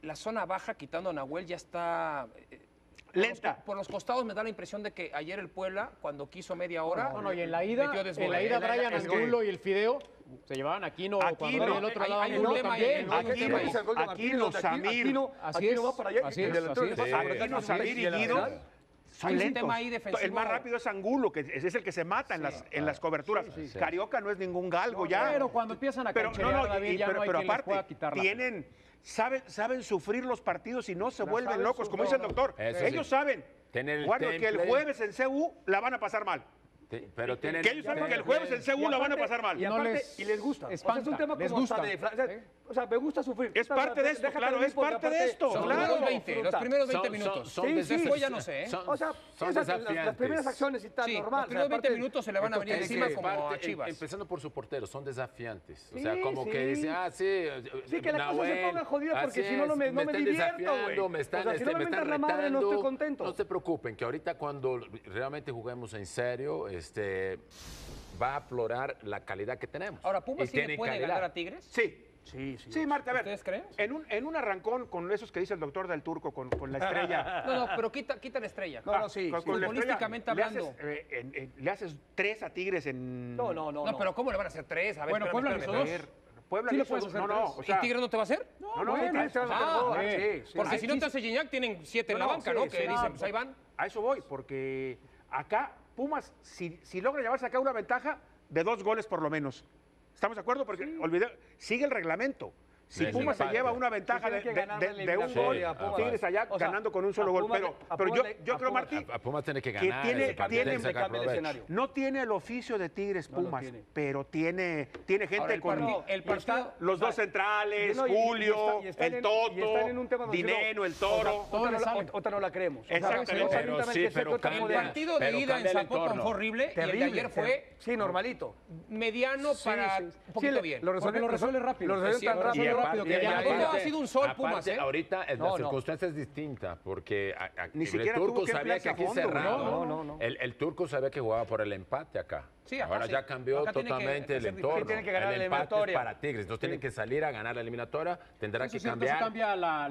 la zona baja, quitando a Nahuel, ya está... eh, por los
Lenta.
co- Por los costados me da la impresión de que ayer el Puebla, cuando quiso media hora...
No, no, y en la ida,
metió desgol.
en la ida
En la-
Brian
es que-
Angulo y el Fideo se llevaban aquí, no, cuando
Aquino.
era del otro
Hay-
lado
hay
Angulo
un tema ahí,
también.
¿no?
Aquí
Aquino,
no,
dice el gol de
aquí
Martínez,
no,
aquí-
Samir.
Aquino-
Así
Aquino
es,
va para allá.
así
y el
es,
delantero
así
le pasa
es.
por
Sí.
acá,
Aquino,
no sé,
Samir
y
y
el
Guido
lateral.
Hay
son
un
lentos.
tema ahí defensivo.
El más rápido es Angulo, que es es el que se mata en las, en las coberturas. Carioca no es ningún galgo ya.
Pero cuando empiezan a
Pero no,
cancherear,
no, y-
David,
y-
ya
pero,
no hay
pero
quien les pueda
aparte,
quitar la
tienen, saben, saben sufrir los partidos y no se vuelven
saben
locos, como dice el
sufrir,
doctor.
no. Eso sí.
Ellos saben,
Tener el
Guardo, que el
temple.
jueves en CU la van a pasar mal.
Te- Pero tienen-
Que ellos saben que el
tienen-
jueves en CU
Y
la van a
aparte-
pasar mal.
Y,
No
aparte-
les
y les gusta. O sea, es un
espanta,
tema
les
como hasta
gusta.
de fra- o sea,
¿Eh?
O sea, me gusta sufrir.
Es parte de
de-
esto,
déjate
claro,
vivir
es
porque
parte de
aparte-
esto,
Son
Claro.
los primeros 20, los
Disfruta.
primeros 20
Son-
minutos.
son- son
Sí, sí.
desaf-
Después ya no sé, ¿eh?
son-
O sea,
son
esas- las, las
desafiantes.
primeras acciones y tal,
Sí,
normal.
los primeros 20 minutos se le van a venir
Sí,
encima
sí,
como
parte-
a Chivas.
em- Empezando por sus porteros, son desafiantes. o
Sí,
sea, como
sí.
que dicen, ah, sí. eh,
Sí, que la cosa se
Nahuel,
ponga jodida porque
así
si no, no
es,
me- no me
están
divierto,
desafiando,
güey.
Me están,
O sea, si no
este,
me
me están
mientas la madre, no estoy
retando.
contento.
No se preocupen, que ahorita cuando realmente juguemos en serio, este, va a aflorar la calidad que tenemos.
Ahora,
Y
¿Pumas sí le
tienen
puede
calidad.
ganar a Tigres?
Sí.
Sí, sí.
Sí, Marta, a ver.
¿Ustedes creen?
En un, en un arrancón con esos que dice el doctor del turco, con, con la estrella.
No, no, pero quita, quita la estrella.
No, no, sí.
con,
sí.
con la
Futbolísticamente
estrella,
hablando.
Le haces, eh, en- en- le haces tres a Tigres en.
No, no, no.
No, pero ¿cómo le van a hacer tres? A ver,
Bueno,
espérame,
Puebla
espérame.
hizo
A
dos.
ver, Puebla
Sí
le
le
hizo
puedes
dos,
hacer
no, no.
tres.
O
¿Y
sea,
Tigres no te va a hacer?
no, no,
bueno,
Tigres-
esa-
ah,
Ah,
eh.
sí, sí.
Porque
Ahí
si no
sí
te hace Gignac, tienen siete en
No,
la
no,
banca,
sí,
¿no? Que
sí.
dicen, pues ahí van.
A eso voy, porque acá Pumas, si, si logra llevarse acá una ventaja de dos goles por lo menos. ¿Estamos de acuerdo? Porque olvidé- sigue el reglamento. Si
Sí, sí,
Pumas se
empate.
lleva una ventaja de,
tienen que
de-
ganar la
de- de un
eliminatoria,
gol,
a Pumas.
Tigres allá
O sea,
ganando con un solo
a
gol.
Pumas
Pero,
le- a
pero
Pumas
yo,
le-
yo
a
creo,
Pumas-
Martín,
A, a Pumas tiene que
que
ganar.
tiene-
ese partido,
tiene-
tiene que sacar
cambia de
provecho.
escenario.
no tiene el oficio de Tigres
lo
Pumas,
tiene.
pero tiene, tiene gente
Ahora, el
con
partido- el
los-
partido-
los dos
Ay,
centrales,
No, y- y- y
Julio,
está- y están
el
en-
Toto,
y están en un tema donde
Dineno,
no-
el Toro.
o sea, otra no la-
salen.
Otra no la creemos. O sea,
Exactamente. Pero
sabemos perfectamente
sí,
que es
pero
otro
El
modelo.
cambia.
partido de
Pero
ida en
cambia el
Zapopan
entorno.
fue horrible y el de ayer fue
Sí, normalito.
mediano
Sí,
para
sí, sí.
un poquito
Sí,
bien.
Lo
Porque
resuelve,
lo resuelve rápido.
Lo resuelve
Es
tan
cierto.
rápido.
Y
rápido que
ya,
ya.
aparte-
aparte-
ha sido un sol,
aparte,
Pumas, ¿eh?
Ahorita eh, la
No, no.
circunstancia es distinta, porque a- a-
Ni
el
siquiera tuvo
turco
que
sabía
emplearse
que
a
aquí
fondo, güey.
cerrado.
No,
no, no.
El, el turco sabía que jugaba por el empate acá.
Sí, acá
Ahora
sí.
ya cambió
Acá tiene que-
totalmente
que
el
ser diferente.
entorno.
Tiene que ganar
el
la
empate es
eliminatoria.
para Tigres. Entonces tienen que salir a ganar la eliminatoria. Tendrán
Eso
que
sí, entonces
cambiar.
cambia la-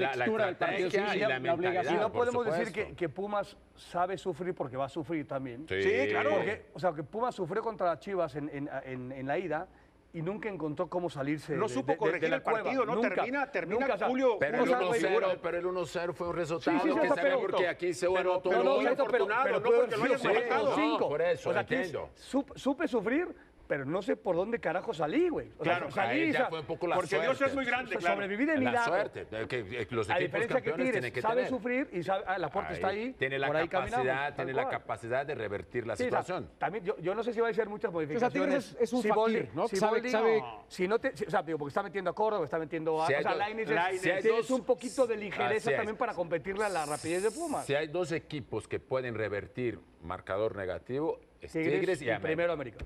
la textura del partido,
estrategia
sí,
y
la-
la,
la obligación.
mentalidad,
Y
No
por
podemos decir
supuesto.
que, que Pumas sabe sufrir porque va a sufrir también.
Sí, claro.
Porque, o sea, que Pumas sufrió contra Chivas en, en- en- en la ida y nunca encontró cómo salirse.
No
de-
supo
de- de-
corregir
de la
el partido,
cueva.
¿no?
Nunca,
Termina- termina
nunca, o sea,
Julio-
Pero
Pumas-
el
Julio Sánchez,
1-0,
figura.
pero el 1-0 fue un resultado
sí,
que
está
sabía
perfecto.
porque aquí se
Pero-
bueno
pero no,
muy
exacto, pero-
afortunado,
pero
no
pudo
porque lo
haber
hayas
sido
marcado.
cuatro, cinco.
Por eso,
O sea, aquí
entiendo.
sup- supe sufrir, pero no sé por dónde carajo salí, güey. O sea,
Claro,
salí,
ahí
o
ya
sea,
fue un poco la
Porque Dios
suerte.
es muy grande,
so-
claro.
sobreviví de
la
milagro.
suerte. eh, que- que los
A
equipos
diferencia que
campeones tienen que
Tigres sabe
tener.
sufrir y sabe, ah, la puerta está ahí.
Tiene la
por ahí caminamos,
capacidad,
tal
tiene la
cual.
capacidad de revertir la
Sí, o sea,
situación.
también yo, yo no sé si va a hacer muchas
O sea,
modificaciones.
Tigres es- es un
Siboldi-
fakir, ¿no? Que
Siboldi,
sabe-
no.
sabe-
Si no te, si- o sea, digo, porque está metiendo a Córdoba, está metiendo a...
Si
o
hay
sea,
dos-
Lainez,
Lainez. Si hay
tienes
dos-
un poquito de ligereza
Así es.
también para competirle a la rapidez de Pumas.
Si hay dos equipos que pueden revertir marcador negativo, es Tigres,
Tigres,
y
y
América.
primero América.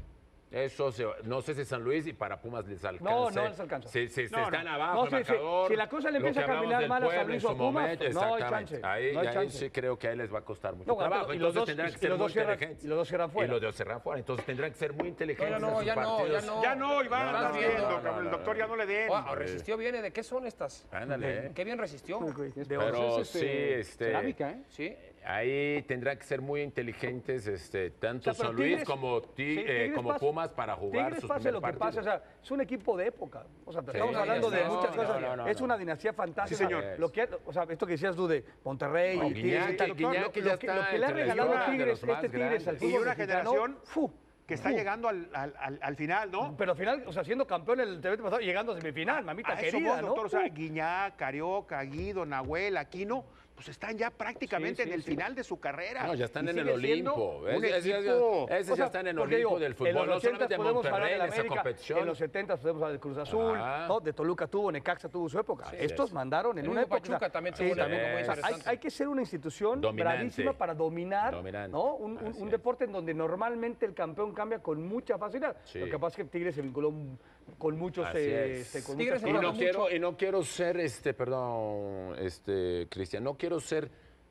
Eso se- no sé si San Luis y para Pumas les alcanza.
No, no les alcanza.
Si, si- si
No,
están
no.
abajo
No,
el
sí, sí.
marcador.
Si la cosa le
lo que
empieza a
hablamos
caminar
del
mal a San
Puebla en
Luis o
su
a Pumas,
momento,
no hay
exactamente.
chance,
Ahí,
no hay
ahí
chance.
sí creo que ahí les va a costar mucho
No, bueno,
trabajo.
y los
Entonces
dos-
tendrán que
y
ser
los
muy
dos cierran-
inteligentes.
y los dos cierran fuera.
Y los dos cierran fuera. Entonces tendrán que ser muy inteligentes.
No, no, no,
en sus
ya no,
partidos.
ya no.
Ya no, Iván,
No, no,
estás
no,
viendo,
no, no,
cabrón, el
no,
doctor
no.
ya no le den.
Ah, resistió bien, ¿eh? ¿de qué son estas?
Ándale. eh.
Qué bien resistió.
Pero
Entonces,
sí,
este,
este.
cerámica, ¿eh?
Sí.
Ahí tendrán que ser muy inteligentes, este, tanto
O sea, pero
San Luis
Tigres-
como, ti-
sí,
eh,
Tigres
como
pasa-
Pumas para jugar
Tigres
sus
pase
primeros
lo que
partidos.
pase, o sea, es un equipo de época. O sea, estamos
sí,
hablando de
no,
muchas
no,
cosas.
no, no,
es
no.
una dinastía fantástica.
Sí, señor.
Lo que, o sea, esto que decías tú de Monterrey
No,
y Tigres
Guiñac,
y tal,
Guiñac
lo, que-
ya
lo que,
está
lo que le ha
entre las
regalado a
figuras de
Tigres,
los más
este Tigres al
grandes.
fútbol
Y una
mexicano,
generación
¡fu!
que está
¡fu!
llegando al, al- al- al final, ¿no?
Pero al final, o sea, siendo campeón el TV pasado, llegando a semifinal, mamita
A eso
querida,
voy,
¿no? Uh.
doctor. O sea,
¡Fu!
Guiñac, Carioca, Guido, Nahuel, Aquino, pues están ya prácticamente en el final de su carrera.
No, ya están
Y
en el
sigue siendo
Olimpo.
un
Ese- ese-
equipo-
ese- Esos
O sea,
ya están en el
porque
Olimpo
digo,
del fútbol,
En los
no
80
solamente
podemos hablar
Monterrey
de
en
la
esa
América,
competición.
En los 70 podemos hablar de Cruz Azul,
Ah.
¿no? de Toluca tuvo, Necaxa tuvo su época. Estos
es.
mandaron en
El
una
mismo
época.
Pachuca también
Sí,
tuvo una
también.
época muy
O sea, hay,
interesante.
hay que ser una institución
Dominante.
bravísima para dominar
Dominante.
¿no? un, un-
Así
un
es.
deporte en donde normalmente el campeón cambia con mucha facilidad.
Sí.
Lo que pasa es que Tigres se vinculó m- con muchos.
Así
eh,
es.
este, con
Tigres
muchas
Y
Ahora
no
cosas.
mucho-
quiero, y no quiero ser, este, perdón, este, Cristian, no quiero ser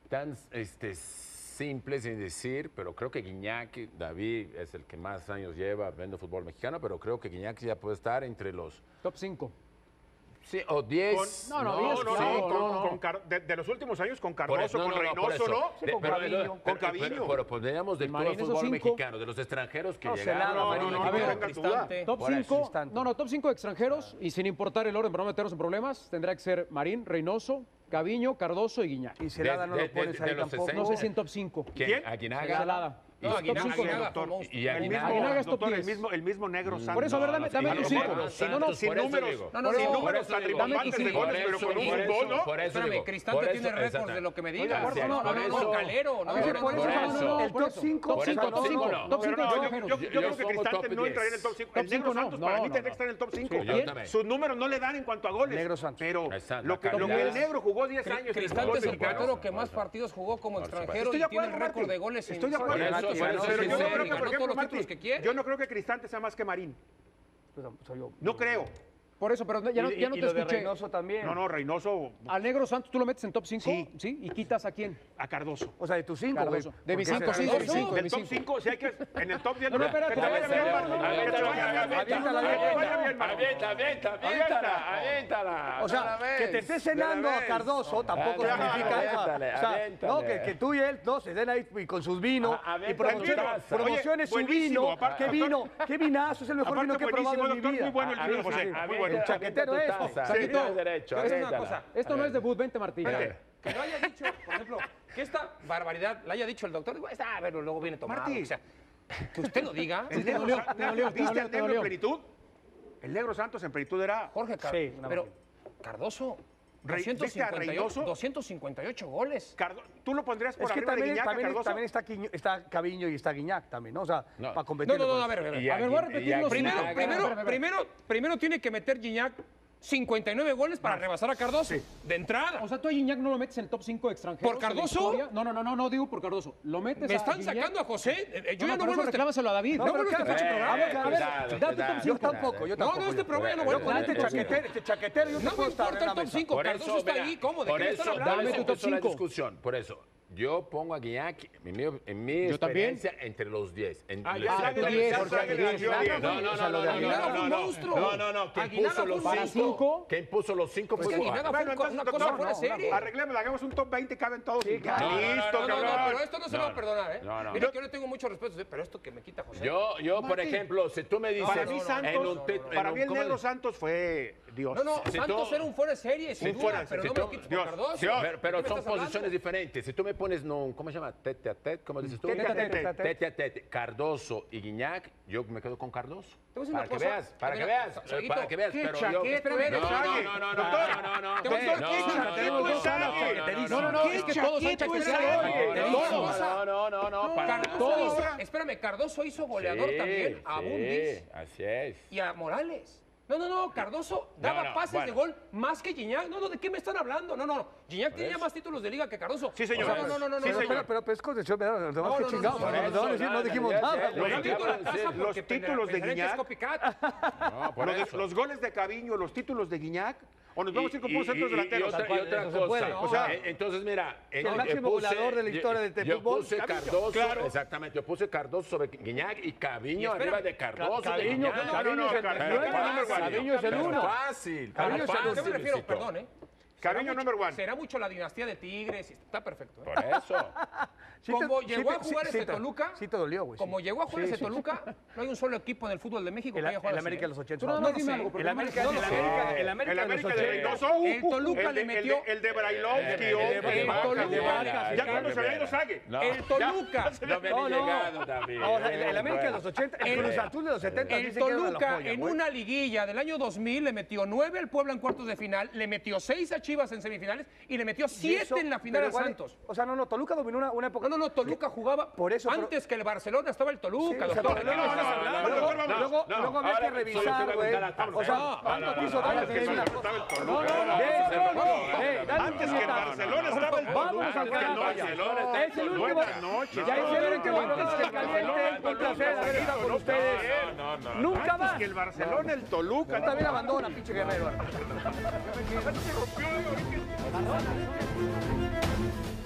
tan este, simple sin decir, pero creo que Guiñac, David es el que más años lleva viendo fútbol mexicano, pero creo que Guiñac ya puede estar entre los
Top 5.
sí, o 10.
No, no, no, no,
sí,
con- con Car- de, de los últimos años con
Por
Cardoso,
eso,
con
por
Reynoso,
eso.
¿no?
De-
con
pero-
Calvillo.
pero-
Con
pero-
Calvillo.
Pero, pero pondríamos del club
Marín,
de
esos
fútbol
cinco.
mexicano, de los extranjeros que
No,
llegaron.
Celada,
a
No, no, no,
América.
no,
ver,
tengas duda.
Cristante.
Top
Por ahí.
5,
Cristante.
no, no, top 5 extranjeros y sin importar el orden para no meternos en problemas, tendrá que ser Marín, Reynoso, Gaviño, Cardoso y Guiñac.
Y Celada no
de-
lo
de-
pones
de
ahí
los
tampoco.
60.
No sé si en top 5.
¿Quién?
¿Quién?
Aguinaga.
Celada.
Y-
No,
Top
Aguinaga,
cinco.
Aguinaga fue
Doctor,
un monstruo.
Y
El
Aguinaga.
mismo,
Aguinaga es top
doctor, el
10.
mismo, el mismo negro Santos.
Por eso, a ver,
No,
dame,
no,
dame
sí,
tus
a lo
5.
mejor
Si no,
Santos
no,
sin
por eso
números,
digo.
No, no,
sin
no,
números
por eso digo.
rimbombantes de goles, pero
Dame
equilibrio.
con un
Por eso,
fútbol, ¿no?
por eso
Espérame,
digo,
Cristante
por eso,
tiene récords
exacto.
de lo que me
Oiga,
digas.
por
No,
eso,
no,
por
no,
eso.
no, Calero,
A
no,
veces
no,
por
no,
eso,
no,
no, no, no,
por
el
por
top
eso.
5.
Por eso, top cinco
Pero
Top
no.
no,
5
yo-
extranjeros.
yo, yo creo
Yo
que
somos
Cristante
top
no
10.
entraría en el top 5.
Top
el negro
cinco no,
Santos
no,
para mí
no,
tendría que
no.
estar en el top 5.
yo
Bien.
también.
Sus números no le dan en cuanto a goles.
El negro Santos.
Pero
Ahí está, la
lo que, lo que
calidad.
el negro jugó 10 años en el
Cristante
fútbol
es el
Por
mexicano.
eso,
portero que
por
más
eso.
partidos jugó como
Por eso,
extranjero
Estoy
y
de
tiene
acuerdo,
el récord
Martín.
de goles. en-
Estoy de acuerdo.
Por eso,
Pero yo no
por eso, sí,
creo que,
ganó
por ejemplo,
todos los títulos
Martín,
que quiere.
yo no creo que Cristante sea más que Marín. No creo.
Por eso, pero ya no, ya no
y
te
lo de
escuché.
Reynoso también.
No, no, Reynoso
Al Negro Santos tú lo metes en top 5,
Sí.
sí. ¿Y quitas a quién?
a Cardoso.
O sea, de tus 5,
Cardoso. De mis cinco, sí, de mis cinco, de
Del
mis
top
cinco.
5, si hay que. En el top 10.
No, no, espérate,
Que te vaya bien,
espérate,
Martín.
espérate,
Que te vaya bien, Martín.
aviéntala,
Que te vaya
aviéntala.
bien, Martín.
Avienta, avienta, aviéntala, aviéntala.
O sea, que te esté cenando a Cardoso tampoco
Ah,
significa eso.
aviéntale,
O sea,
aviéntale.
no, que, que tú y él no se den ahí y con sus vinos
Ah,
y
aviéntale
promocione-
un tazo.
promociones
Oye,
su vino.
buenísimo, aparte-
¿Qué vino? ¿Qué vinazo? Es el mejor
Aparte,
vino que he probado
buenísimo,
en mi
doctor,
vida. Ah,
muy bueno el vino de José. Ah, Muy bueno.
El chaquetero este. es.
Saquito,
derecho,
pero es una
aviéntala.
cosa. Esto no es debut, vente Martín.
Vente.
Que no haya dicho, por ejemplo, que esta barbaridad la haya dicho el doctor. Digo, está, a ver, luego viene tomado.
Martín.
O sea, que usted lo diga.
El negro
dolió,
Santos-
te dolió, te
¿Viste
dolió,
al
te
negro en
dolió.
plenitud? El negro Santos en plenitud era.
Jorge Cardoso.
Sí, una
pero Cardoso,
Rey- ¿viste a
258,
Reynoso?
258 goles.
Cardo- Tú lo pondrías por
Es que
arriba de
también,
Guiñac, a
también-
Cardoso.
también está, Quiño- está Caviño y está Guiñac también, ¿no? O sea,
No.
para competir.
No, no, no, a ver, a ver.
Y
A ver, voy a
aquí-
repetir
y
los
aquí
cinco.
haga-
Primero, primero,
Espera, espera, espera.
primero, primero tiene que meter Gignac 59 goles para rebasar a Cardoso. De entrada.
O sea, tú a Gignac no lo metes en el top 5 extranjeros.
¿Por
de la
Cardoso?
historia? No, no, no, no, no digo por Cardoso. Lo metes
me
a
están
Gignac.
sacando a José. Eh, eh, Yo
No,
ya no
por
vuelvo a
eso
este
reclámaselo a David.
No,
No,
vuelvo a este
pero
pinche
¿qué?
programa.
A ver, a ver,
date top
Yo
cinco.
tampoco, yo
No,
tampoco.
no, este
problema
programa
Bueno,
no vuelvo
yo
a
Con
eh,
este
eh,
chaquetero, este chaquetero, yo
No me
puedo estar
importa
en
el
la
top
mesa.
5. Cardoso está ahí. ¿Cómo? ¿De
por
qué me
eso,
están hablando?
dame tu top
empezó la
cinco.
discusión. Por eso, yo pongo a Guiñac, en mi, en mi
Yo también.
experiencia, entre los 10. En-
Ah,
los-
ya,
entre
ya,
los-
ya, ya,
porque
ya,
Aguilar
ya,
dio
ya,
diez.
ya,
No,
ya,
no, no, no,
ya,
no,
Aguilar
no,
fue un
no.
monstruo.
No, no, no. ¿Quién
Aguilar
puso
fue
los
un
cinco?
monstruo.
¿Quién puso los cinco?
Pues que
Fue-
Aguilar fue
Bueno,
un co-
entonces,
una
doctor,
cosa fuera de
no,
serie.
no, arreglemos, hagamos un top 20 y caben todos.
No, no, no,
Listo,
no, no, no,
cabrón.
pero esto no se
No,
lo va a
no.
perdonar, ¿eh?
No, no.
Mira, que yo le tengo mucho respeto, pero esto que me quita José.
Yo, yo por
Martín.
ejemplo, si tú me dices.
Para mí
en
Santos,
un te- en
para
un-
mí el
¿cómo
negro
le-
Santos fue Dios.
No, no,
Si tú-
Santos era un fuera de serie, sin
Si
duda,
fuera-
pero
si
no me
tú-
lo quites por
Dios,
Cardoso.
Dios.
Oh, Pero, pero
¿De qué me
son
estás hablando?
posiciones diferentes. Si tú me pones, no, ¿cómo se llama? Tete a tete, ¿cómo dices tú?
Tete a tete.
Tete a tete. Cardoso y Guiñac, yo me quedo con Cardoso.
Te voy a decir
para
una
que
cosa,
veas, para que
Adrián,
veas,
Chaguito,
para que veas.
qué
Pero yo,
chaqueto eres,
no,
Chague.
no, no, no,
Doctor,
no, no, no,
doctor,
no,
qué
no,
chaqueto
no,
eres, Chague.
No, no, no, es que todos son
chaquetos
chaqueteros.
eres,
Te
No,
digo,
no, no, no, no, no, para
Cardoso
todos.
hizo- espérame, Cardoso hizo goleador
Sí,
también a
sí,
Bundis
Así es.
y a Morales. No, no, no, Cardoso daba
no,
pases de
bueno.
gol más que Gignac. No, no, ¿de qué me están hablando? No, no, no. Gignac tenía más títulos de liga que Cardoso.
Sí, señor.
O sea, no, no, no, no.
Sí,
no,
señor.
espera,
Pero, pero, pero es condición, ¿verdad? Lo demás
No,
que
no, no,
chingamos.
no,
Lo
no,
demás decir, No dijimos nada.
pero no quito la taza
los
porque pe-
títulos de
pensarán que es
Gignac-
copycat.
No, por
Los,
eso.
los goles de Caviño, los títulos de Guiñac, o nos vamos a ir con
Y-
puros
y-
centros
y-
delanteros.
Y otra, y otra
Eso se
cosa.
puede.
O sea, eh, entonces, mira. eh,
el
eh,
máximo goleador de la historia
yo-
del
yo
fútbol,
puse
Caviño.
Cardoso.
Claro.
Exactamente. Yo puse Cardoso sobre Guiñac y Caviño
espérame,
arriba de Cardoso. de
Caviño,
Guiñac.
Caviño
No, no,
es el
no,
número
pero
uno,
fácil,
Caviño es el uno.
pero Fácil.
Caviño es el
fácil,
uno.
¿A qué me refiero?
Luisito.
Perdón, ¿eh?
Caviño
Será
number
mucho-
one.
Será mucho la dinastía de Tigres. Está perfecto. ¿eh?
Por eso.
Sí te-
Como
sí
llegó a
te- sí-
jugar
sí
ese
te-
Toluca.
sí te dolió, güey, sí.
Como llegó a jugar
Sí,
ese
sí, sí.
Toluca, no hay un solo equipo en el fútbol de México
El,
que haya jugado
el
así,
América
¿eh?
de los 80.
Tú nada más
No lo
dime
sé.
algo,
El
porque no me-
América,
no
el
lo sé.
América, el
Eh, El
América de los
América de
80.
Reynoso, uh,
El Toluca
el
le
de-
metió-
El de, el de Brailovsky,
Eh,
hombre.
eh, eh,
el Toluca.
de Vaca,
Ya
de
cuando se
Vaca.
había ido Sague.
No.
El Toluca.
No me
No,
había
no.
llegado también.
O sea, el, el América de
Bueno.
los 80, el
El-
Cruz Azul de los 70.
Eh, El
dicen que era una
Toluca
joya,
en
güey.
una liguilla del año 2000 le metió 9 al Puebla en cuartos de final, le metió 6 a Chivas en semifinales y le metió
Y eso-
7 en la final
pero
a
igual-
Santos.
O sea, no, no, Toluca dominó una, una época.
No, no, no, Toluca jugaba
Por eso, pero-
antes que el Barcelona estaba el Toluca,
o sea,
doctor.
pero luego-
no, no, no, no,
luego-
no, no,
luego-
no,
Luego había que
ahora solo te voy
revisar,
a
güey.
contar la tabla,
O
¿eh? No,
sea,
no,
¿cuánto
no,
quiso
no,
daño
antes que
tenía
solo
una cosa?
Estaba el
No, no,
Toluca.
no, no, no, eh, dale,
Antes que el
no,
Barcelona estaba el
Vamos a
Toluca.
ganar.
Antes que el Barcelona estaba el
Es el
Toluca.
último.
Buenas noches.
Ya es el último.
No, no,
Antes que
no,
caliente,
no,
un placer
no,
haber estado con
no,
ustedes.
No, no, no.
Nunca
Antes
más.
que el Barcelona, el Toluca.
Tú también abandona, pinche guerrero.
Se rompió, ahorita.